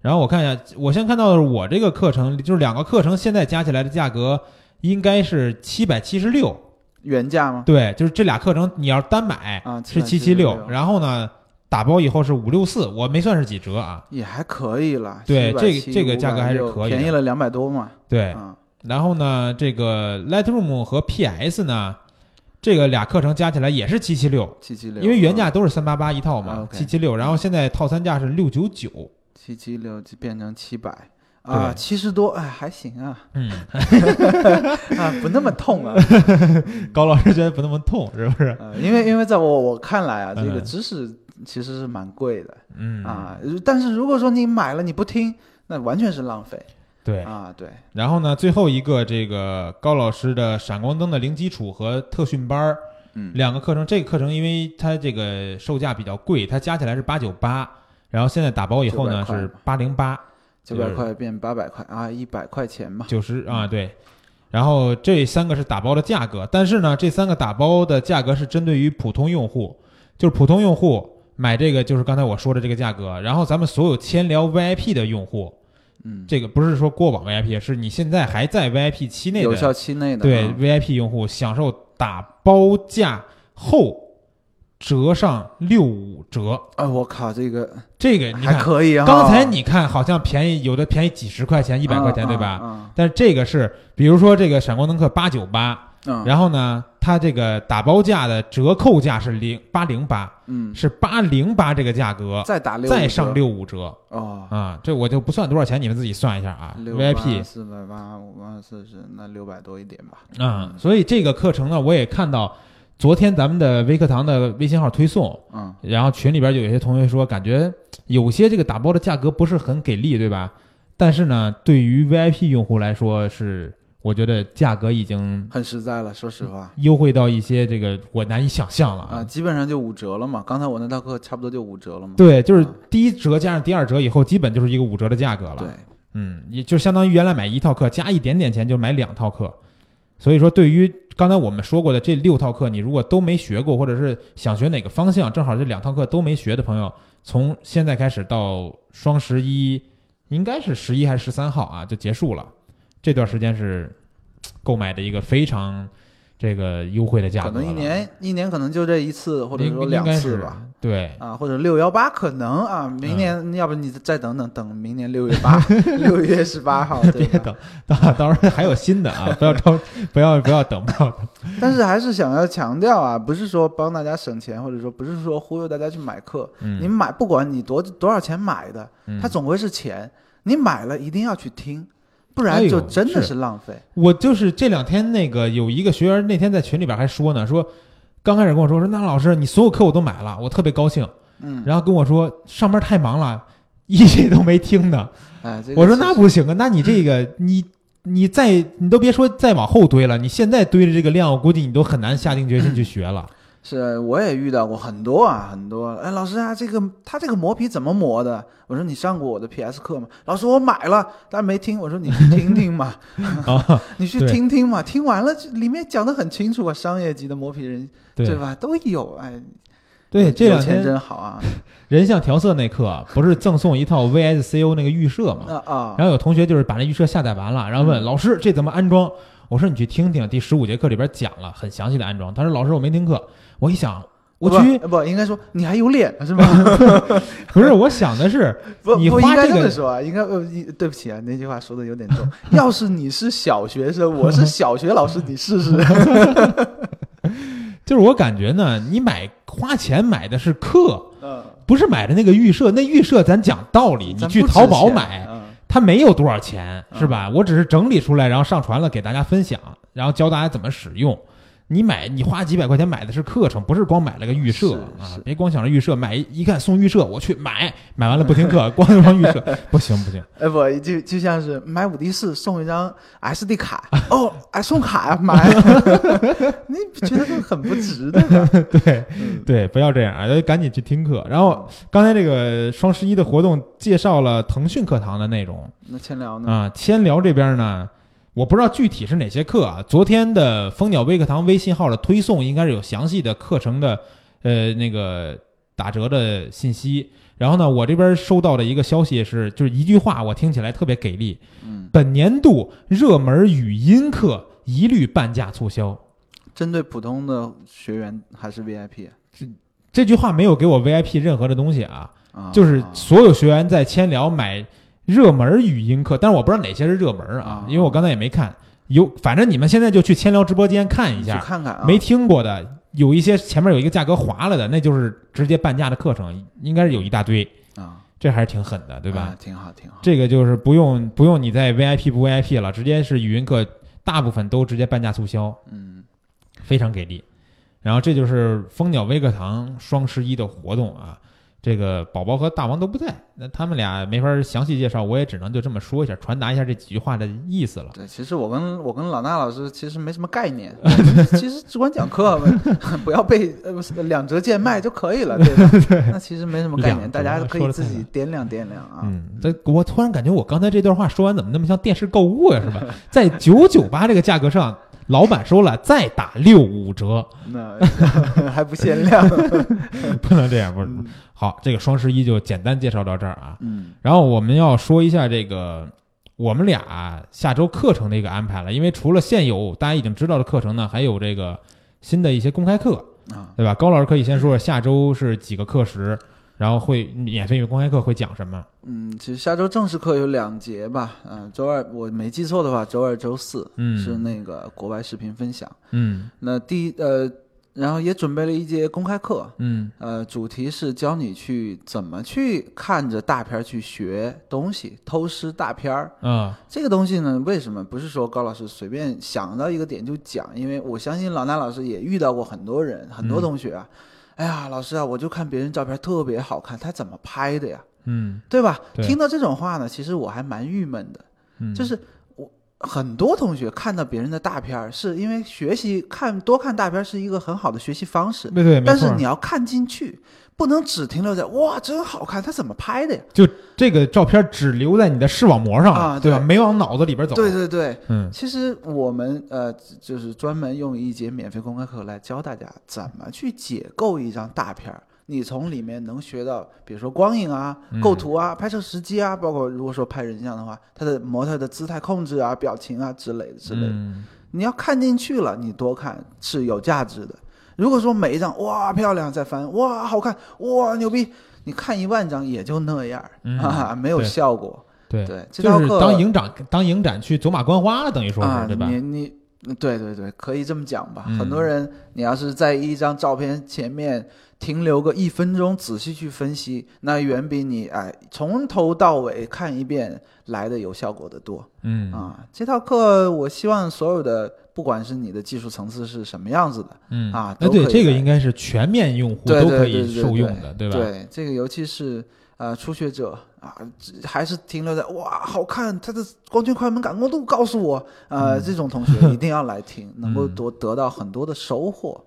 Speaker 1: 然后我看一下，我先看到的是我这个课程，就是两个课程现在加起来的价格应该是七百七十六，
Speaker 2: 原价吗？
Speaker 1: 对，就是这俩课程你要单买
Speaker 2: 啊，
Speaker 1: 是七七六，
Speaker 2: 776
Speaker 1: 然后呢打包以后是五六四，我没算是几折啊，
Speaker 2: 也还可以了。
Speaker 1: 对
Speaker 2: 770
Speaker 1: 这个这个价格还是可以的
Speaker 2: 便宜了两百多嘛。
Speaker 1: 对。
Speaker 2: 啊，
Speaker 1: 然后呢，这个 Lightroom 和 PS 呢，这个俩课程加起来也是七七六，
Speaker 2: 七七六，
Speaker 1: 因为原价都是三八八一套嘛
Speaker 2: 啊，
Speaker 1: 七
Speaker 2: ，OK
Speaker 1: 七六，然后现在套餐价是六九 九，
Speaker 2: 七七六就变成七百啊，
Speaker 1: 对
Speaker 2: 七十多哎还行 啊
Speaker 1: 嗯，
Speaker 2: 啊不那么痛啊，
Speaker 1: 高老师觉得不那么痛，是不是？
Speaker 2: 呃因为因为在我我看来啊，这个
Speaker 1: 嗯
Speaker 2: 知识其实是蛮贵的
Speaker 1: 嗯，
Speaker 2: 啊，但是如果说你买了你不听，那完全是浪费
Speaker 1: 对。
Speaker 2: 啊，对，
Speaker 1: 然后呢，最后一个这个高老师的闪光灯的零基础和特训班儿
Speaker 2: 嗯
Speaker 1: 两个课程，这个课程因为它这个售价比较贵，它加起来是八九八，然后现在打包以后呢
Speaker 2: 900块
Speaker 1: 是八零八
Speaker 2: 九百块变八百块啊，一百块钱嘛，
Speaker 1: 九十啊，对。然后这三个是打包的价格，但是呢，这三个打包的价格是针对于普通用户，就是普通用户买这个就是刚才我说的这个价格，然后咱们所有千聊 VIP 的用户，
Speaker 2: 嗯，
Speaker 1: 这个不是说过往 VIP，是你现在还在 VIP 期内的
Speaker 2: 有效期内的
Speaker 1: 对
Speaker 2: 啊
Speaker 1: VIP 用户享受打包价后折上六五折，
Speaker 2: 啊，我靠，这个
Speaker 1: 这个你
Speaker 2: 还
Speaker 1: 看，
Speaker 2: 可以啊。
Speaker 1: 刚才你看好像便宜，有的便宜几十块钱、一百块钱，
Speaker 2: 嗯
Speaker 1: 对吧？？
Speaker 2: 嗯
Speaker 1: 但是这个是，比如说这个闪光灯课八九八，
Speaker 2: 嗯嗯
Speaker 1: 然后呢，它这个打包价的折扣价是零八零八，
Speaker 2: 嗯，
Speaker 1: 是八零八这个价格，
Speaker 2: 再打六，
Speaker 1: 再上六五折
Speaker 2: 哦，
Speaker 1: 啊！这我就不算多少钱，你们自己算一下啊。
Speaker 2: 六
Speaker 1: VIP
Speaker 2: 四百八五万四十，那六百多一点吧。
Speaker 1: 啊，所以这个课程呢，我也看到昨天咱们的微课堂的微信号推送，
Speaker 2: 嗯
Speaker 1: 然后群里边就有些同学说，感觉有些这个打包的价格不是很给力，对吧？但是呢，对于 VIP 用户来说是，我觉得价格已经
Speaker 2: 很实在了，说实话
Speaker 1: 优惠到一些这个我难以想象了
Speaker 2: 啊，。基本上就五折了嘛。刚才我那套课差不多就五折了嘛。
Speaker 1: 对，就是
Speaker 2: 啊
Speaker 1: 第一折加上第二折以后，基本就是一个五折的价格了。
Speaker 2: 对，
Speaker 1: 嗯，也就相当于原来买一套课加一点点钱就买两套课，所以说对于刚才我们说过的这六套课，你如果都没学过，或者是想学哪个方向，正好这两套课都没学的朋友，从现在开始到双十一，应该是十一还是十三号啊就结束了，这段时间是嘖购买的一个非常这个优惠的价格
Speaker 2: 可
Speaker 1: 了，
Speaker 2: 能一年一年可能就这一次，或者
Speaker 1: 应
Speaker 2: 说
Speaker 1: 应
Speaker 2: 两
Speaker 1: 该
Speaker 2: 次
Speaker 1: 是
Speaker 2: 吧。，
Speaker 1: 对，
Speaker 2: 啊，或者六幺八可能啊，
Speaker 1: 嗯
Speaker 2: 明年要不你再等等，等明年六月八、六月十八 号，对
Speaker 1: 别
Speaker 2: 吧？
Speaker 1: 等，到到时候还有新的啊，不要着，不要不要等，不要等，
Speaker 2: 但是还是想要强调啊，不是说帮大家省钱，或者说不是说忽悠大家去买课，
Speaker 1: 嗯，
Speaker 2: 你买不管你多多少钱买的，
Speaker 1: 嗯
Speaker 2: 它总归是钱，你买了一定要去听，不
Speaker 1: 哎
Speaker 2: 然
Speaker 1: 呦
Speaker 2: 就真的
Speaker 1: 是
Speaker 2: 是浪费。
Speaker 1: 我就是这两天那个有一个学员那天在群里边还说呢，说刚开始跟我说说那老师你所有课我都买了，我特别高兴，
Speaker 2: 嗯，
Speaker 1: 然后跟我说上班太忙了，一节都没听呢。
Speaker 2: 哎，这个
Speaker 1: 我说
Speaker 2: 是
Speaker 1: 那不行啊，那你这个你你再你都别说再往后堆了，你现在堆的这个量，我估计你都很难下定
Speaker 2: 嗯
Speaker 1: 决心去学 了。
Speaker 2: 是，我也遇到过很多啊，很多。哎，老师啊，这个他这个磨皮怎么磨的？我说你上过我的 PS 课吗？老师，我买了，但没听。我说你去听听嘛，
Speaker 1: 啊，
Speaker 2: 你去
Speaker 1: 对
Speaker 2: 听听嘛，听完了这里面讲的很清楚啊，商业级的磨皮人对
Speaker 1: 对
Speaker 2: 吧？都有。哎，
Speaker 1: 对，这
Speaker 2: 有
Speaker 1: 两
Speaker 2: 钱
Speaker 1: 天
Speaker 2: 真 好啊！
Speaker 1: 人像调色那课啊不是赠送一套 VSCO 那个预设吗？
Speaker 2: 啊啊，
Speaker 1: 然后有同学就是把那预设下载完了，然后问
Speaker 2: 嗯
Speaker 1: 老师这怎么安装？我说你去听听，第十五节课里边讲了很详细的安装。他说老师我没听课，我一想我
Speaker 2: 不
Speaker 1: 去，
Speaker 2: 不应该说你还有脸是 吗？
Speaker 1: 不是我想的是，
Speaker 2: 不
Speaker 1: 你
Speaker 2: 不
Speaker 1: 花
Speaker 2: 应该
Speaker 1: 这
Speaker 2: 这
Speaker 1: 个
Speaker 2: 么说啊，应该呃，一对不起啊，那句话说的有点重。要是你是小学生， 我是小学老师，你试 试。
Speaker 1: 就是我感觉呢，你买花钱买的是课，
Speaker 2: 嗯，
Speaker 1: 不是买的那个预设。那预设咱讲道理，你
Speaker 2: 咱
Speaker 1: 去
Speaker 2: 不值
Speaker 1: 淘宝
Speaker 2: 钱
Speaker 1: 买，
Speaker 2: 嗯
Speaker 1: 它没有多少钱，
Speaker 2: 嗯
Speaker 1: 是吧？我只是整理出来，然后上传了给大家分享，然后教大家怎么使用。你买，你花几百块钱买的是课程，不是光买了个预设
Speaker 2: 是
Speaker 1: 啊
Speaker 2: 是！
Speaker 1: 别光想着预设，买一一看送预设，我去买，买完了不听课，光光预 设，不行不行，
Speaker 2: 哎不，就就像是买五 D 四送一张 SD 卡哦，哎送卡呀、买， 你不觉得这很不值的吗？
Speaker 1: 对
Speaker 2: 嗯
Speaker 1: 对，不要这样啊，赶紧去听课。然后刚才这个双十一的活动介绍了腾讯课堂的内容
Speaker 2: 那千聊呢？
Speaker 1: 啊，千聊这边呢，我不知道具体是哪些课啊。昨天的蜂鸟微课堂微信号的推送应该是有详细的课程的呃那个打折的信息。然后呢，我这边收到的一个消息是，就是一句话，我听起来特别给力，
Speaker 2: 嗯，
Speaker 1: 本年度热门语音课一律半价促销。
Speaker 2: 针对普通的学员还是 VIP
Speaker 1: 这句话没有给我 VIP 任何的东西啊，
Speaker 2: 啊？
Speaker 1: 就是
Speaker 2: 啊
Speaker 1: 所有学员在千聊买热门语音课，但是我不知道哪些是热门啊
Speaker 2: 啊，
Speaker 1: 因为我刚才也没看。有，反正你们现在就去千聊直播间看一
Speaker 2: 你
Speaker 1: 下
Speaker 2: 去，看看啊，
Speaker 1: 没听过的，有一些前面有一个价格划了的，那就是直接半价的课程，应该是有一大堆，
Speaker 2: 啊，
Speaker 1: 这还是挺狠的，对吧？
Speaker 2: 啊挺好，挺好。
Speaker 1: 这个就是不用不用你在 VIP 不 VIP 了，直接是语音课，大部分都直接半价促销，
Speaker 2: 嗯，
Speaker 1: 非常给力。然后这就是蜂鸟微课堂双十一的活动啊，这个宝宝和大王都不在，那他们俩没法详细介绍，我也只能就这么说一下，传达一下这几句话的意思了。
Speaker 2: 对，其实我跟我跟老衲老师其实没什么 概念，我们其实只管讲课， 不要被呃不是两折贱卖就可以了，对吧？ 那其实没什么概
Speaker 1: 两折
Speaker 2: 念，大家可
Speaker 1: 说
Speaker 2: 以
Speaker 1: 得
Speaker 2: 自
Speaker 1: 太
Speaker 2: 己
Speaker 1: 好
Speaker 2: 掂量掂量啊。
Speaker 1: 嗯，这我突然感觉我刚才这段话说完，怎么那么像电视购物啊呀、是吧？在九九八这个价格上，老板说了再打六五折，
Speaker 2: 那 还不限 量。
Speaker 1: 不能这样，不是？好，这个双十一就简单介绍到这儿啊。
Speaker 2: 嗯
Speaker 1: 然后我们要说一下这个我们俩下周课程的一个安排了，因为除了现有大家已经知道的课程呢，还有这个新的一些公开课。
Speaker 2: 啊，
Speaker 1: 对吧？高老师可以先说说下周是几个课时，然后会免费公开课会讲什么？
Speaker 2: 嗯，其实下周正式课有两节吧，嗯、周二我没记错的话，周二、周四
Speaker 1: 嗯
Speaker 2: 是那个国外视频分享。
Speaker 1: 嗯
Speaker 2: 那第一呃，然后也准备了一节公开课，
Speaker 1: 嗯
Speaker 2: 呃，主题是教你去怎么去看着大片儿去学东西，偷师大片儿。
Speaker 1: 啊
Speaker 2: 这个东西呢，为什么不是说高老师随便想到一个点就讲？因为我相信老衲老师也遇到过很多人，很多同学啊，哎呀，老师啊，我就看别人照片特别好看，他怎么拍的呀？
Speaker 1: 嗯
Speaker 2: 对吧？
Speaker 1: 对
Speaker 2: 听到这种话呢，其实我还蛮郁闷的。
Speaker 1: 嗯，
Speaker 2: 就是我很多同学看到别人的大片儿，是因为学习看多看大片儿是一个很好的学习方式，
Speaker 1: 对对，没
Speaker 2: 但是
Speaker 1: 错
Speaker 2: 你。要看进去，不能只停留在哇真好看，他怎么拍的呀？
Speaker 1: 就这个照片只留在你的视网膜上了，
Speaker 2: 啊
Speaker 1: 对吧？
Speaker 2: 对
Speaker 1: 没往脑子里边走。
Speaker 2: 对对对，
Speaker 1: 嗯
Speaker 2: 其实我们呃，就是专门用一节免费公开课来教大家怎么去解构一张大片儿。你从里面能学到，比如说光影啊、
Speaker 1: 嗯
Speaker 2: 构图啊、拍摄时机啊，包括如果说拍人像的话，他的模特的姿态控制啊、表情啊之类的之类的。
Speaker 1: 嗯
Speaker 2: 你要看进去了，你多看是有价值的。如果说每一张哇漂亮再翻，哇好看，哇牛逼，你看一万张也就那样儿、
Speaker 1: 嗯
Speaker 2: 啊，没有
Speaker 1: 对
Speaker 2: 效果。
Speaker 1: 对，
Speaker 2: 对，这
Speaker 1: 就
Speaker 2: 堂
Speaker 1: 是
Speaker 2: 课
Speaker 1: 当影展当影展去走马观花了，等于说是、
Speaker 2: 啊，
Speaker 1: 对吧？
Speaker 2: 你你对对对，可以这么讲吧。
Speaker 1: 嗯
Speaker 2: 很多人，你要是在一张照片前面停留个一分钟，仔细去分析，那远比你哎从头到尾看一遍来的有效果的多
Speaker 1: 嗯
Speaker 2: 啊。这套课，我希望所有的，不管是你的技术层次是什么样子的，
Speaker 1: 嗯
Speaker 2: 啊
Speaker 1: 那
Speaker 2: 都
Speaker 1: 对
Speaker 2: 可以
Speaker 1: 这个
Speaker 2: 来
Speaker 1: 应该是全面用户
Speaker 2: 对
Speaker 1: 都
Speaker 2: 对
Speaker 1: 可
Speaker 2: 对
Speaker 1: 以
Speaker 2: 对
Speaker 1: 受用
Speaker 2: 对
Speaker 1: 的，对吧？
Speaker 2: 对这个，尤其是呃初学者啊，只还是停留在哇好看，它的光圈、快门、感光度告诉我，呃，这种同 学一定要来听，能够
Speaker 1: 嗯
Speaker 2: 多得到很多的收获。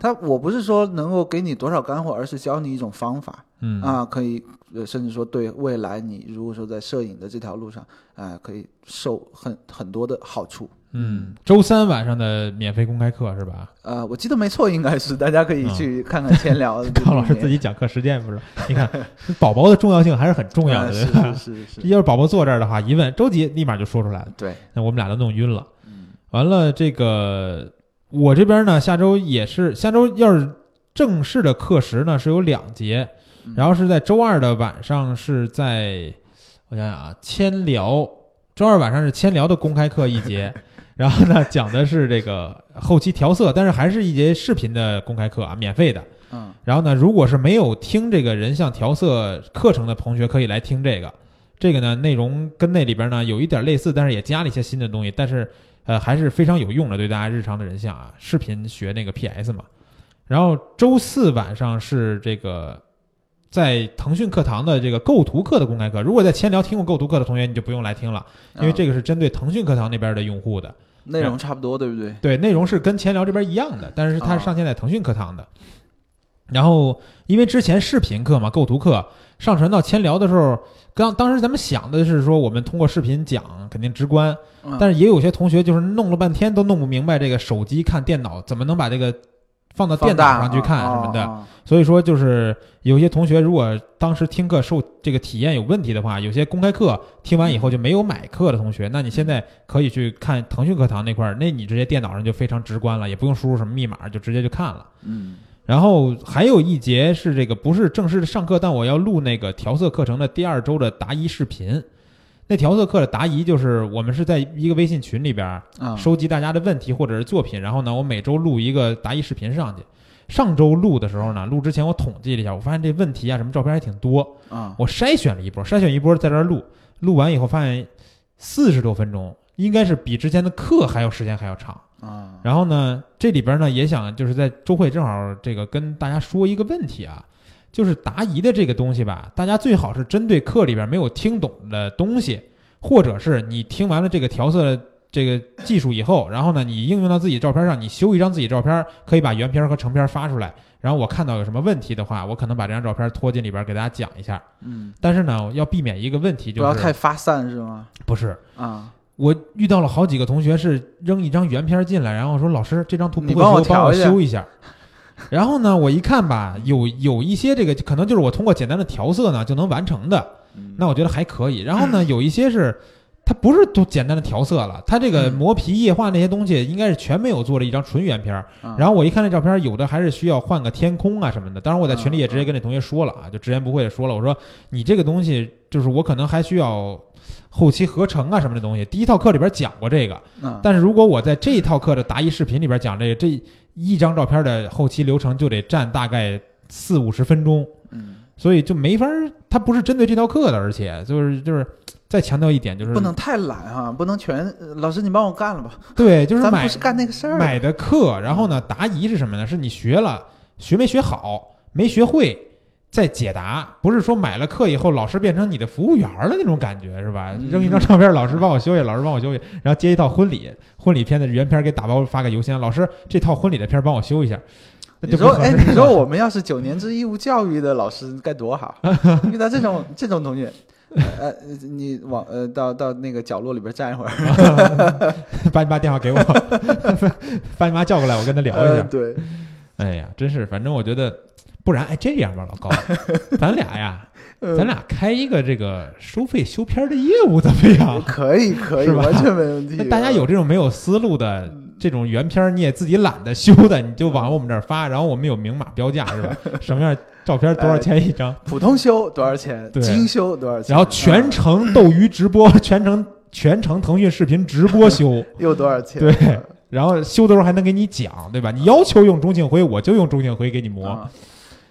Speaker 2: 他我不是说能够给你多少干货，而是教你一种方法
Speaker 1: 嗯
Speaker 2: 啊，可以呃甚至说对未来你如果说在摄影的这条路上啊、可以受很很多的好处。
Speaker 1: 嗯，周三晚上的免费公开课是吧？
Speaker 2: 呃，我记得没错，应该是大家可以
Speaker 1: 嗯
Speaker 2: 去看看千 聊的里面。
Speaker 1: 高老师自己讲课时间不是？你看宝宝的重要性还是很重要
Speaker 2: 啊
Speaker 1: 的，
Speaker 2: 是
Speaker 1: 对吧？
Speaker 2: 是 是是，
Speaker 1: 要是宝宝坐这儿的话，一问周几立马就说出来了，
Speaker 2: 对，
Speaker 1: 那我们俩都弄晕了。
Speaker 2: 嗯。
Speaker 1: 完了，这个我这边呢，下周也是下周要是正式的课时呢是有两节，
Speaker 2: 嗯
Speaker 1: 然后是在周二的晚上是在我想想啊，千聊周二晚上是千聊的公开课一节，然后呢讲的是这个后期调色，但是还是一节视频的公开课啊，免费的。
Speaker 2: 嗯
Speaker 1: 然后呢，如果是没有听这个人像调色课程的同学，可以来听这个。这个呢，内容跟那里边呢有一点类似，但是也加了一些新的东西，但是呃还是非常有用的，对大家日常的人像啊，视频学那个 PS 嘛。然后周四晚上是这个在腾讯课堂的这个构图课的公开课。如果在千聊听过构图课的同学，你就不用来听了，因
Speaker 2: 啊
Speaker 1: 为这个是嗯针对腾讯课堂那边的用户的。
Speaker 2: 嗯内容差不多，对不对？
Speaker 1: 对，内容是跟前聊这边一样的，但是
Speaker 2: 啊
Speaker 1: 它是上线在腾讯课堂的。然后，因为之前视频课嘛，构图课上传到千聊的时候，刚当时咱们想的是说，我们通过视频讲肯定直观，
Speaker 2: 嗯、
Speaker 1: 但是也有些同学就是弄了半天都弄不明白这个手机看电脑怎么能把这个放到
Speaker 2: 放
Speaker 1: 电脑
Speaker 2: 大
Speaker 1: 上去看什么的。
Speaker 2: 啊啊
Speaker 1: 所以说，就是有些同学如果当时听课受这个体验有问题的话，有些公开课听完以后就没有买课的同学，那你现在可以去看腾讯课堂那块儿，那你直接电脑上就非常直观了，也不用输入什么密码，就直接就看了。
Speaker 2: 嗯
Speaker 1: 然后还有一节是这个不是正式的上课，但我要录那个调色课程的第二周的答疑视频。那调色课的答疑就是我们是在一个微信群里边儿，
Speaker 2: 啊，
Speaker 1: 收集大家的问题或者是作品，然后呢，我每周录一个答疑视频上去。上周录的时候呢，录之前我统计了一下，我发现这问题啊什么照片还挺多，
Speaker 2: 啊，
Speaker 1: 我筛选了一波，筛选一波在这儿录，录完以后发现四十多分钟，应该是比之前的课还要时间还要长。
Speaker 2: 啊
Speaker 1: 然后呢，这里边呢也想就是在周会正好这个跟大家说一个问题啊，就是答疑的这个东西吧，大家最好是针对课里边没有听懂的东西，或者是你听完了这个调色这个技术以后，然后呢你应用到自己照片上，你修一张自己照片，可以把原片和成片发出来。然后我看到有什么问题的话，我可能把这张照片拖进里边给大家讲一下。
Speaker 2: 嗯，
Speaker 1: 但是呢，要避免一个问题
Speaker 2: 不
Speaker 1: 就是
Speaker 2: 要太发散是吗？
Speaker 1: 不是
Speaker 2: 啊，
Speaker 1: 我遇到了好几个同学是扔一张原片进来，然后说老师这张图不
Speaker 2: 你
Speaker 1: 会
Speaker 2: 帮我
Speaker 1: 修，帮我
Speaker 2: 调一下
Speaker 1: 修一下。 然后呢，我一看吧，有有一些这个可能就是我通过简单的调色呢就能完成的，
Speaker 2: 嗯
Speaker 1: 那我觉得还可以。然后呢，有一些是它不是都简单的调色了，它这
Speaker 2: 嗯
Speaker 1: 个磨皮液化那些东西应该是全没有做的一张纯原片儿。
Speaker 2: 嗯
Speaker 1: 然后我一看那照片，有的还是需要换个天空啊什么的。当然我在群里也直接跟那同学说了
Speaker 2: 嗯
Speaker 1: 啊，就直言不讳的说了，我说你这个东西就是我可能还需要后期合成啊什么的东西。第一套课里边讲过这个，
Speaker 2: 嗯，
Speaker 1: 但是如果我在这一套课的答疑视频里边讲这个，这一张照片的后期流程就得占大概四五十分钟。
Speaker 2: 嗯，
Speaker 1: 所以就没法儿，它不是针对这套课的，而且就是就是再强调一点，就是
Speaker 2: 不能太懒哈，不能全呃老师你帮我干了吧，
Speaker 1: 对，就是
Speaker 2: 咱们
Speaker 1: 买
Speaker 2: 不是干那个事儿的，啊
Speaker 1: 买的课，然后呢，答疑是什么呢？是你学了学没学好，没学会再解答，不是说买了课以后老师变成你的服务员儿了那种感觉是吧？
Speaker 2: 嗯
Speaker 1: 扔一张照片，老师帮我修一下，老师帮我修一下，然后接一套婚礼婚礼片的原片给打包发个邮箱，老师这套婚礼的片儿帮我修一下。那
Speaker 2: 你
Speaker 1: 就
Speaker 2: 说，
Speaker 1: 不合
Speaker 2: 哎，
Speaker 1: 适
Speaker 2: 你说
Speaker 1: 了
Speaker 2: 我们要是九年制义务教育的老师该多 好！遇到这种这种同学，呃，呃你往呃到到那个角落里边站一会儿，
Speaker 1: 把你妈电话给我，把你妈叫过来，我跟她聊一下
Speaker 2: 呃。对，
Speaker 1: 哎呀，真是，反正我觉得，不然哎这样吧，老高，咱俩呀，
Speaker 2: 呃
Speaker 1: 咱俩开一个这个收费修片儿的业务怎么 样？
Speaker 2: 可以可以，
Speaker 1: 是吧
Speaker 2: 完全没问题呃
Speaker 1: 那。大家有这种没有思路的
Speaker 2: 嗯
Speaker 1: 这种原片儿，你也自己懒得修的，你就往我们这儿 发，然后我们有明码标价是吧？什么样照片多少钱一张？
Speaker 2: 普通修多少钱？
Speaker 1: 对
Speaker 2: 精修多少钱？
Speaker 1: 然后全
Speaker 2: 嗯
Speaker 1: 程斗鱼直播，全 程全程腾讯视频直播修，
Speaker 2: 又多少钱？
Speaker 1: 对然后修的时候还能给你讲，对吧？你要求用中性灰，我就用中性灰给你磨。
Speaker 2: 啊，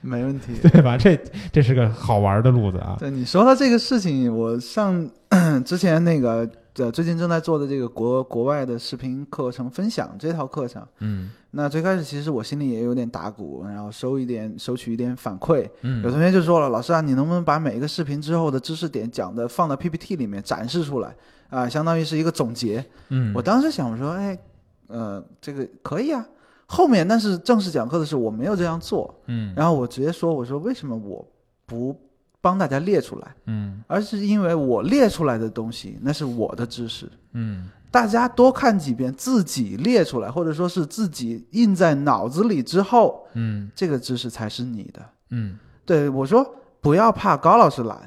Speaker 2: 没问题。
Speaker 1: 对吧？这这是个好玩的路子啊！
Speaker 2: 对你说到这个事情，我上 之前那个呃最近正在做的这个国国外的视频课程分享这套课程。
Speaker 1: 嗯
Speaker 2: 那最开始其实我心里也有点打鼓，然后收一点收取一点反馈。
Speaker 1: 嗯
Speaker 2: 有同学就说了，老师啊，你能不能把每一个视频之后的知识点讲的放到 PPT 里面展示出来啊、相当于是一个总结。
Speaker 1: 嗯
Speaker 2: 我当时想我说，哎，呃，这个可以啊。后面但是正式讲课的时候我没有这样做，
Speaker 1: 嗯
Speaker 2: 然后我直接说，我说为什么我不帮大家列出来，
Speaker 1: 嗯
Speaker 2: 而是因为我列出来的东西那是我的知识，
Speaker 1: 嗯
Speaker 2: 大家多看几遍，自己列出来，或者说是自己印在脑子里之后，
Speaker 1: 嗯
Speaker 2: 这个知识才是你的。
Speaker 1: 嗯
Speaker 2: 对我说，不要怕高老师懒，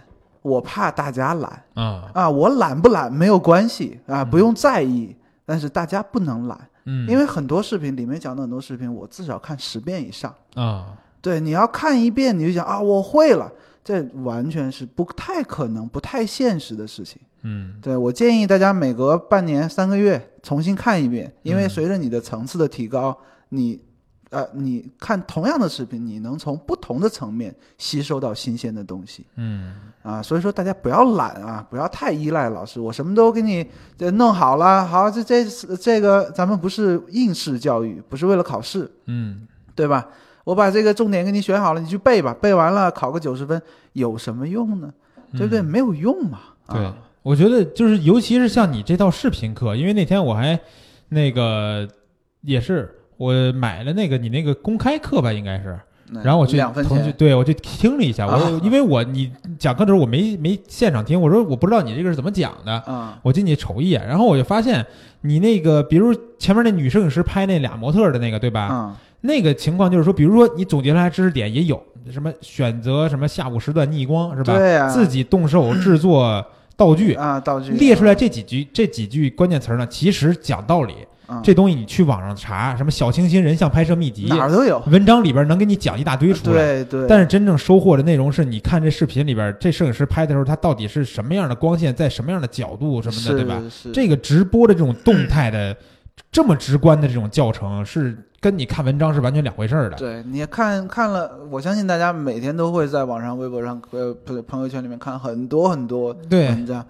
Speaker 2: 我怕大家懒
Speaker 1: 啊
Speaker 2: 啊，我懒不懒没有关系啊，不用在意，但是大家不能懒，
Speaker 1: 嗯，
Speaker 2: 因
Speaker 1: 为
Speaker 2: 为很多视频里面讲的很多视频，我至少看十遍以上。
Speaker 1: 啊
Speaker 2: 对，你要看一遍你就想啊，我会了。这完全是不太可能、不太现实的事情。
Speaker 1: 嗯
Speaker 2: 对我建议大家每隔半年、三个月重新看一遍，因为
Speaker 1: 嗯
Speaker 2: 随着你的层次的提高，你，呃，你看同样的视频，你能从不同的层面吸收到新鲜的东西
Speaker 1: 嗯
Speaker 2: 啊。所以说大家不要懒啊，不要太依赖老师，我什么都给你这弄好了，好，这这这个咱们不是应试教育，不是为了考试，
Speaker 1: 嗯
Speaker 2: 对吧？我把这个重点给你选好了，你去背吧，背完了考个九十分有什么用呢？对不对？没有用嘛。
Speaker 1: 嗯对
Speaker 2: 啊、，
Speaker 1: 我觉得就是尤其是像你这套视频课，因为那天我还那个也是我买了那个你那个公开课吧，应该是，
Speaker 2: 那
Speaker 1: 然后我去
Speaker 2: 嗯两分
Speaker 1: 腾讯
Speaker 2: 钱，
Speaker 1: 对我去听了一下，我说
Speaker 2: 啊
Speaker 1: 因为我你讲课的时候我没没现场听，我说我不知道你这个是怎么讲的，
Speaker 2: 啊，
Speaker 1: 我进去瞅一眼，然后我就发现你那个，比如前面那女摄影师拍那俩模特的那个，对吧？
Speaker 2: 嗯
Speaker 1: 那个情况就是说，比如说你总结出来知识点也有什么选择什么下午时段逆光是吧？
Speaker 2: 对啊
Speaker 1: 自己动手制作道具，
Speaker 2: 啊，道具
Speaker 1: 列出来，这几句这几句关键词儿呢，其实讲道理，
Speaker 2: 嗯、
Speaker 1: 这东西你去网上查，什么小清新人像拍摄秘籍，
Speaker 2: 哪儿都有。
Speaker 1: 文章里边能给你讲一大堆出来。
Speaker 2: 对对，
Speaker 1: 但是真正收获的内容是你看这视频里边，这摄影师拍的时候，他到底是什么样的光线，在什么样的角度什么的，对吧？？
Speaker 2: 是
Speaker 1: 这个直播的这种动态的、这么直观的这种教程，是跟你看文章是完全两回事儿的。
Speaker 2: 对，你看看了，我相信大家每天都会在网上、微博上、呃，不是朋友圈里面看很多很多
Speaker 1: 对
Speaker 2: 文章。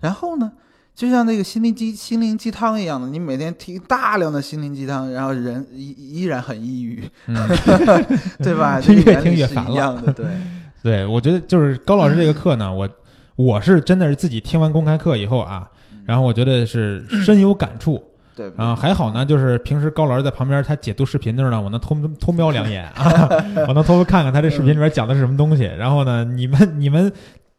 Speaker 2: 然后呢，就像那个心灵鸡心灵鸡汤一样的，你每天听大量的心灵鸡汤，然后人依依然很抑郁，
Speaker 1: 嗯
Speaker 2: 对吧？
Speaker 1: 越
Speaker 2: 这个原
Speaker 1: 听
Speaker 2: 理
Speaker 1: 越
Speaker 2: 是
Speaker 1: 烦
Speaker 2: 一
Speaker 1: 了
Speaker 2: 样 的，对，
Speaker 1: 对，我觉得就是高老师这个课呢，我我是真的是自己听完公开课以后啊，然后我觉得是深有感触。
Speaker 2: 对吧？
Speaker 1: 啊，还好呢，就是平时高老师在旁边，他解读视频的时候呢，我能偷偷瞄两眼啊，我能偷偷看看他这视频里边讲的是什么东西。然后呢，你们你们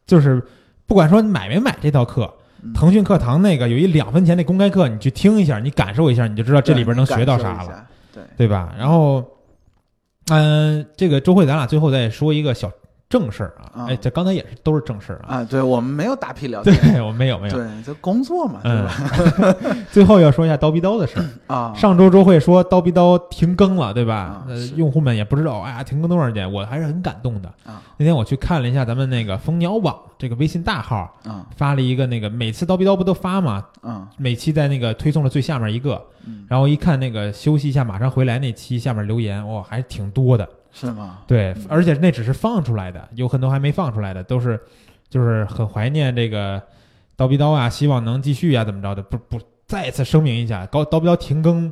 Speaker 1: 就是不管说你买没买这套课
Speaker 2: 嗯，
Speaker 1: 腾讯课堂那个有一两分钱的公开课，你去听一下，你感受一下，你就知道这里边能学到啥了，
Speaker 2: 了？对，
Speaker 1: 呃对吧？然后，嗯、这个周慧，咱俩最后再说一个小正事儿啊
Speaker 2: 啊。
Speaker 1: 哎，这刚才也是都是正事儿啊。
Speaker 2: 啊，对我们没有打屁聊天，
Speaker 1: 对我没有没有，
Speaker 2: 对，这工作嘛，对
Speaker 1: 嗯
Speaker 2: 吧？，
Speaker 1: 最后要说一下刀逼刀的事儿。
Speaker 2: 啊，
Speaker 1: 上周周会说刀逼刀停更了，对吧
Speaker 2: 啊？
Speaker 1: 呃，
Speaker 2: 是
Speaker 1: 用户们也不知道，哎呀，停更多长时间，我还是很感动的。
Speaker 2: 啊
Speaker 1: 那天我去看了一下咱们那个蜂鸟网这个微信大号，
Speaker 2: 啊
Speaker 1: 发了一个那个每次刀逼刀不都发吗？
Speaker 2: 啊，
Speaker 1: 每期在那个推送的最下面一个，
Speaker 2: 嗯，
Speaker 1: 然后一看那个休息一下马上回来那期下面留言，哇、还挺多的。
Speaker 2: 是吗？
Speaker 1: 对，而且那只是放出来的，有很多还没放出来的，都是就是很怀念这个刀逼刀啊，希望能继续啊，怎么着的？不不，再次声明一下，高刀逼刀停更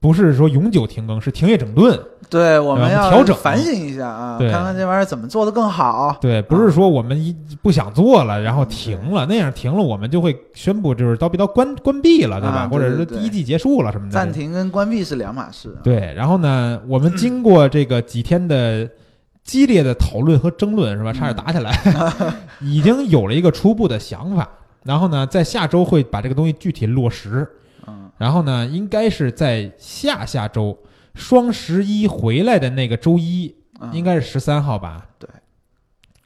Speaker 1: 不是说永久停更，是停业整顿。
Speaker 2: 对，我们
Speaker 1: 对我
Speaker 2: 要
Speaker 1: 们调整
Speaker 2: 反省一下啊，
Speaker 1: 对
Speaker 2: 看看这玩意儿怎么做的更好。
Speaker 1: 对，不是说我们一不想做了，然后
Speaker 2: 嗯
Speaker 1: 停了，那样停了，我们就会宣布就是刀逼刀关关闭了，对吧？
Speaker 2: 啊对
Speaker 1: 或者
Speaker 2: 对
Speaker 1: 是
Speaker 2: 对
Speaker 1: 第一季结束了什么的。
Speaker 2: 暂停跟关闭是两码事啊。
Speaker 1: 对，然后呢，我们经过这个几天的激烈的讨论和争论，是吧？
Speaker 2: 嗯
Speaker 1: 差点打起来， 已经有了一个初步的想法。然后呢，在下周会把这个东西具体落实。
Speaker 2: 嗯
Speaker 1: 然后呢，应该是在下下周双十一回来的那个周一，
Speaker 2: 嗯，
Speaker 1: 应该是十三号吧？
Speaker 2: 对。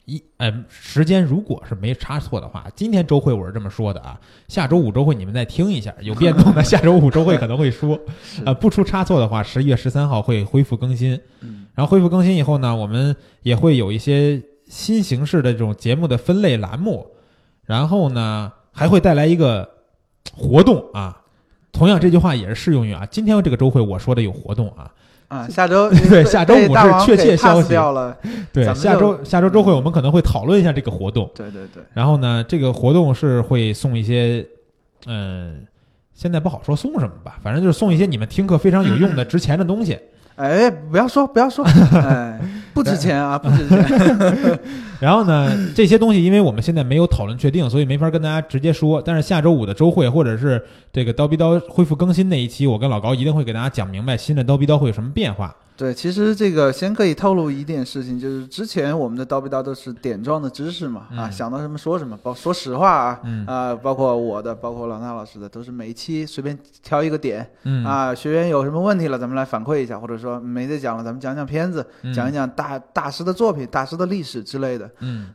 Speaker 1: 一呃，时间如果是没差错的话，今天周会我是这么说的啊，下周五周会你们再听一 下，有变动的下周五周会可能会说。
Speaker 2: 是
Speaker 1: 呃，不出差错的话，十一月十三号会恢复更新。
Speaker 2: 嗯
Speaker 1: 然后恢复更新以后呢，我们也会有一些新形式的这种节目的分类栏目，然后呢还会带来一个活动啊。同样，这句话也是适用于啊，今天这个周会我说的有活动啊，
Speaker 2: 啊，下周
Speaker 1: 对下周
Speaker 2: 被
Speaker 1: 五
Speaker 2: 大
Speaker 1: 是
Speaker 2: 王
Speaker 1: 确
Speaker 2: 给
Speaker 1: 切消
Speaker 2: pass
Speaker 1: 息
Speaker 2: 掉了。
Speaker 1: 对
Speaker 2: 咱，们
Speaker 1: 下
Speaker 2: 就
Speaker 1: 周下周周会我们可能会讨论一下这个活动，
Speaker 2: 对对对，
Speaker 1: 然后呢，这个活动是会送一些，嗯，现在不好说送什么吧，反正就是送一些你们听课非常有用 的、值钱的东西。
Speaker 2: 哎，不要说不 要说，哎，不值钱啊，不值钱。
Speaker 1: 然后呢，这些东西因为我们现在没有讨论确定，所以没法跟大家直接说。但是下周五的周会，或者是这个刀逼刀恢复更新那一期，我跟老高一定会给大家讲明白新的刀逼刀会有什么变化。
Speaker 2: 对，其实这个先可以透露一点事情，就是之前我们的叨逼叨都是点状的知识嘛，啊，
Speaker 1: 嗯
Speaker 2: 想到什么说什么。包说实话啊，
Speaker 1: 嗯
Speaker 2: 啊，包括我的，包括老衲老师的，都是每一期随便挑一个点
Speaker 1: 嗯，
Speaker 2: 啊，学员有什么问题了，咱们来反馈一下，或者说没得讲了，咱们讲讲片子，
Speaker 1: 嗯
Speaker 2: 讲一讲大大师的作品、大师的历史之类的。
Speaker 1: 嗯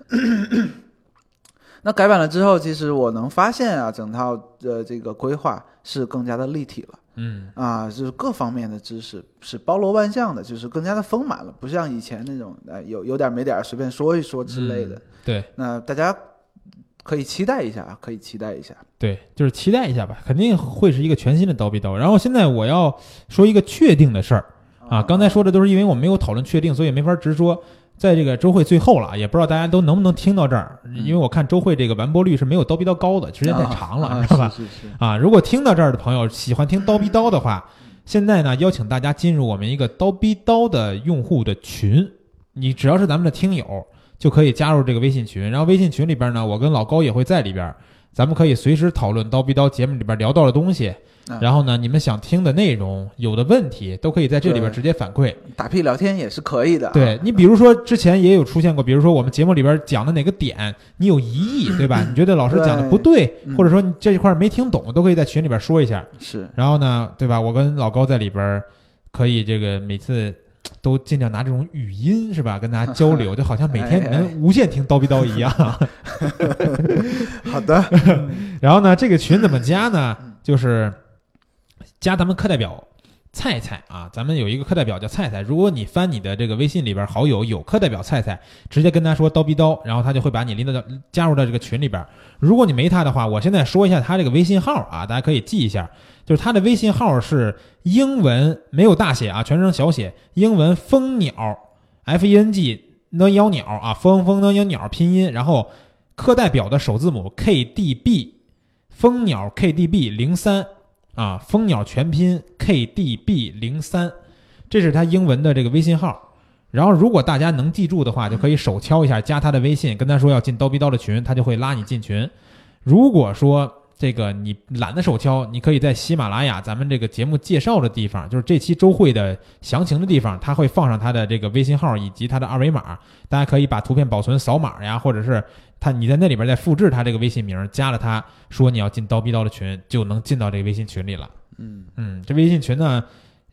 Speaker 2: 那改版了之后，其实我能发现啊，整套的这个规划是更加的立体了。
Speaker 1: 嗯
Speaker 2: 啊，就是各方面的知识是包罗万象的，就是更加的丰满了，不像以前那种呃有有点儿没点儿随便说一说之类的。
Speaker 1: 对
Speaker 2: 那大家可以期待一下，啊，可以期待一下。
Speaker 1: 对，就是期待一下吧，肯定会是一个全新的刀逼刀。然后现在我要说一个确定的事儿。啊，刚才说的都是因为我们没有讨论确定，所以没法直说。在这个周会最后了，也不知道大家都能不能听到这儿，因为我看周会这个完播率是没有刀逼刀高的，时间太长了，
Speaker 2: 嗯啊、
Speaker 1: 知道吧？
Speaker 2: 是是是，
Speaker 1: 啊，如果听到这儿的朋友喜欢听刀逼刀的话，现在呢邀请大家进入我们一个刀逼刀的用户的群，你只要是咱们的听友，就可以加入这个微信群。然后微信群里边呢，我跟老高也会在里边，咱们可以随时讨论刀逼刀节目里边聊到的东西
Speaker 2: 啊。
Speaker 1: 然后呢，你们想听的内容，有的问题都可以在这里边
Speaker 2: 对啊
Speaker 1: 直接反馈。
Speaker 2: 打屁聊天也是可以的、啊。
Speaker 1: 对你，比如说之前也有出现过，比如说我们节目里边讲的哪个点你有疑义，对吧？你觉得老师讲的不对，
Speaker 2: 嗯
Speaker 1: 或者说你这一块没听懂，都可以在群里边说一下。
Speaker 2: 是
Speaker 1: 然后呢，对吧？我跟老高在里边可以这个每次都尽量拿这种语音是吧，跟大家交流，就好像每天
Speaker 2: 哎哎哎
Speaker 1: 能无限听叨逼叨一样。
Speaker 2: 好 的，
Speaker 1: 然后呢，这个群怎么加呢？就是加咱们课代表菜菜啊，咱们有一个课代表叫菜菜。如果你翻你的这个微信里边好友有课代表菜菜，直接跟他说刀逼刀，然后他就会把你拎到加入到这个群里边。如果你没他的话，我现在说一下他这个微信号啊，大家可以记一下，就是他的微信号是英文没有大写啊，全称小写，英文蜂鸟 F E N G 呢妖鸟啊，蜂蜂呢妖鸟拼音，然后课代表的首字母 K D B。蜂鸟 KDB 零三啊，蜂鸟全拼 KDB 零三，这是他英文的这个微信号。然后，如果大家能记住的话，就可以手敲一下，加他的微信，跟他说要进刀逼刀的群，他就会拉你进群。如果说这个你懒得手敲，你可以在喜马拉雅咱们这个节目介绍的地方，就是这期周会的详情的地方，他会放上他的这个微信号以及他的二维码，大家可以把图片保存扫码呀，或者是他你在那里边再复制他这个微信名，加了他，说你要进刀逼刀的群，就能进到这个微信群里了。
Speaker 2: 嗯，
Speaker 1: 嗯，这微信群呢，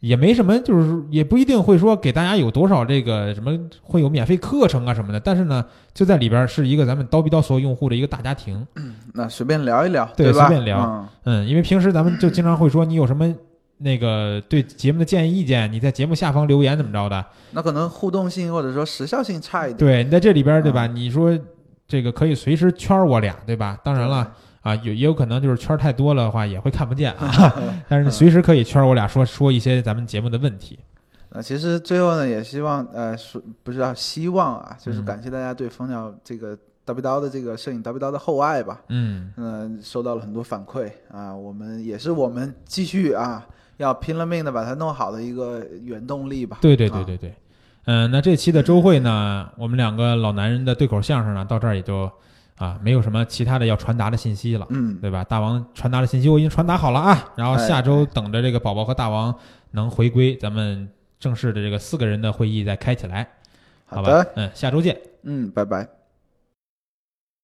Speaker 1: 也没什么，就是也不一定会说给大家有多少这个什么会有免费课程啊什么的，但是呢，就在里边儿是一个咱们叨逼叨所有用户的一个大家庭，
Speaker 2: 那随便聊一聊，
Speaker 1: 对
Speaker 2: 吧？
Speaker 1: 随便聊
Speaker 2: 嗯
Speaker 1: 嗯，因为平时咱们就经常会说你有什么那个对节目的建议意见，你在节目下方留言怎么着的，
Speaker 2: 那可能互动性或者说时效性差一点。
Speaker 1: 对你在这里边儿对
Speaker 2: 啊
Speaker 1: 吧？你说这个可以随时圈儿我俩对吧？当然了。啊，有也有可能就是圈儿太多了的话，也会看不见 啊。 但是你随时可以圈儿我俩说说一些咱们节目的问题。
Speaker 2: 呃，其实最后呢，也希望呃，说不是啊，希望啊，就是
Speaker 1: 嗯
Speaker 2: 感谢大家对蜂鸟这个叨逼叨的这个摄影叨逼叨的厚爱吧。
Speaker 1: 嗯，
Speaker 2: 嗯、收到了很多反馈啊，我们也是我们继续啊，要拼了命的把它弄好的一个原动力吧。
Speaker 1: 对对
Speaker 2: 啊
Speaker 1: 对对对，嗯、那这期的周会呢，我们两个老男人的对口相声呢，到这儿也就啊，没有什么其他的要传达的信息了，
Speaker 2: 嗯，
Speaker 1: 对吧？大王传达的信息我已经传达好了啊，然后
Speaker 2: 哎
Speaker 1: 下周等着这个宝宝和大王能回归，咱们正式的这个四个人的会议再开起来，好
Speaker 2: 好
Speaker 1: 吧
Speaker 2: 的，？
Speaker 1: 嗯，下周见。
Speaker 2: 嗯，拜拜。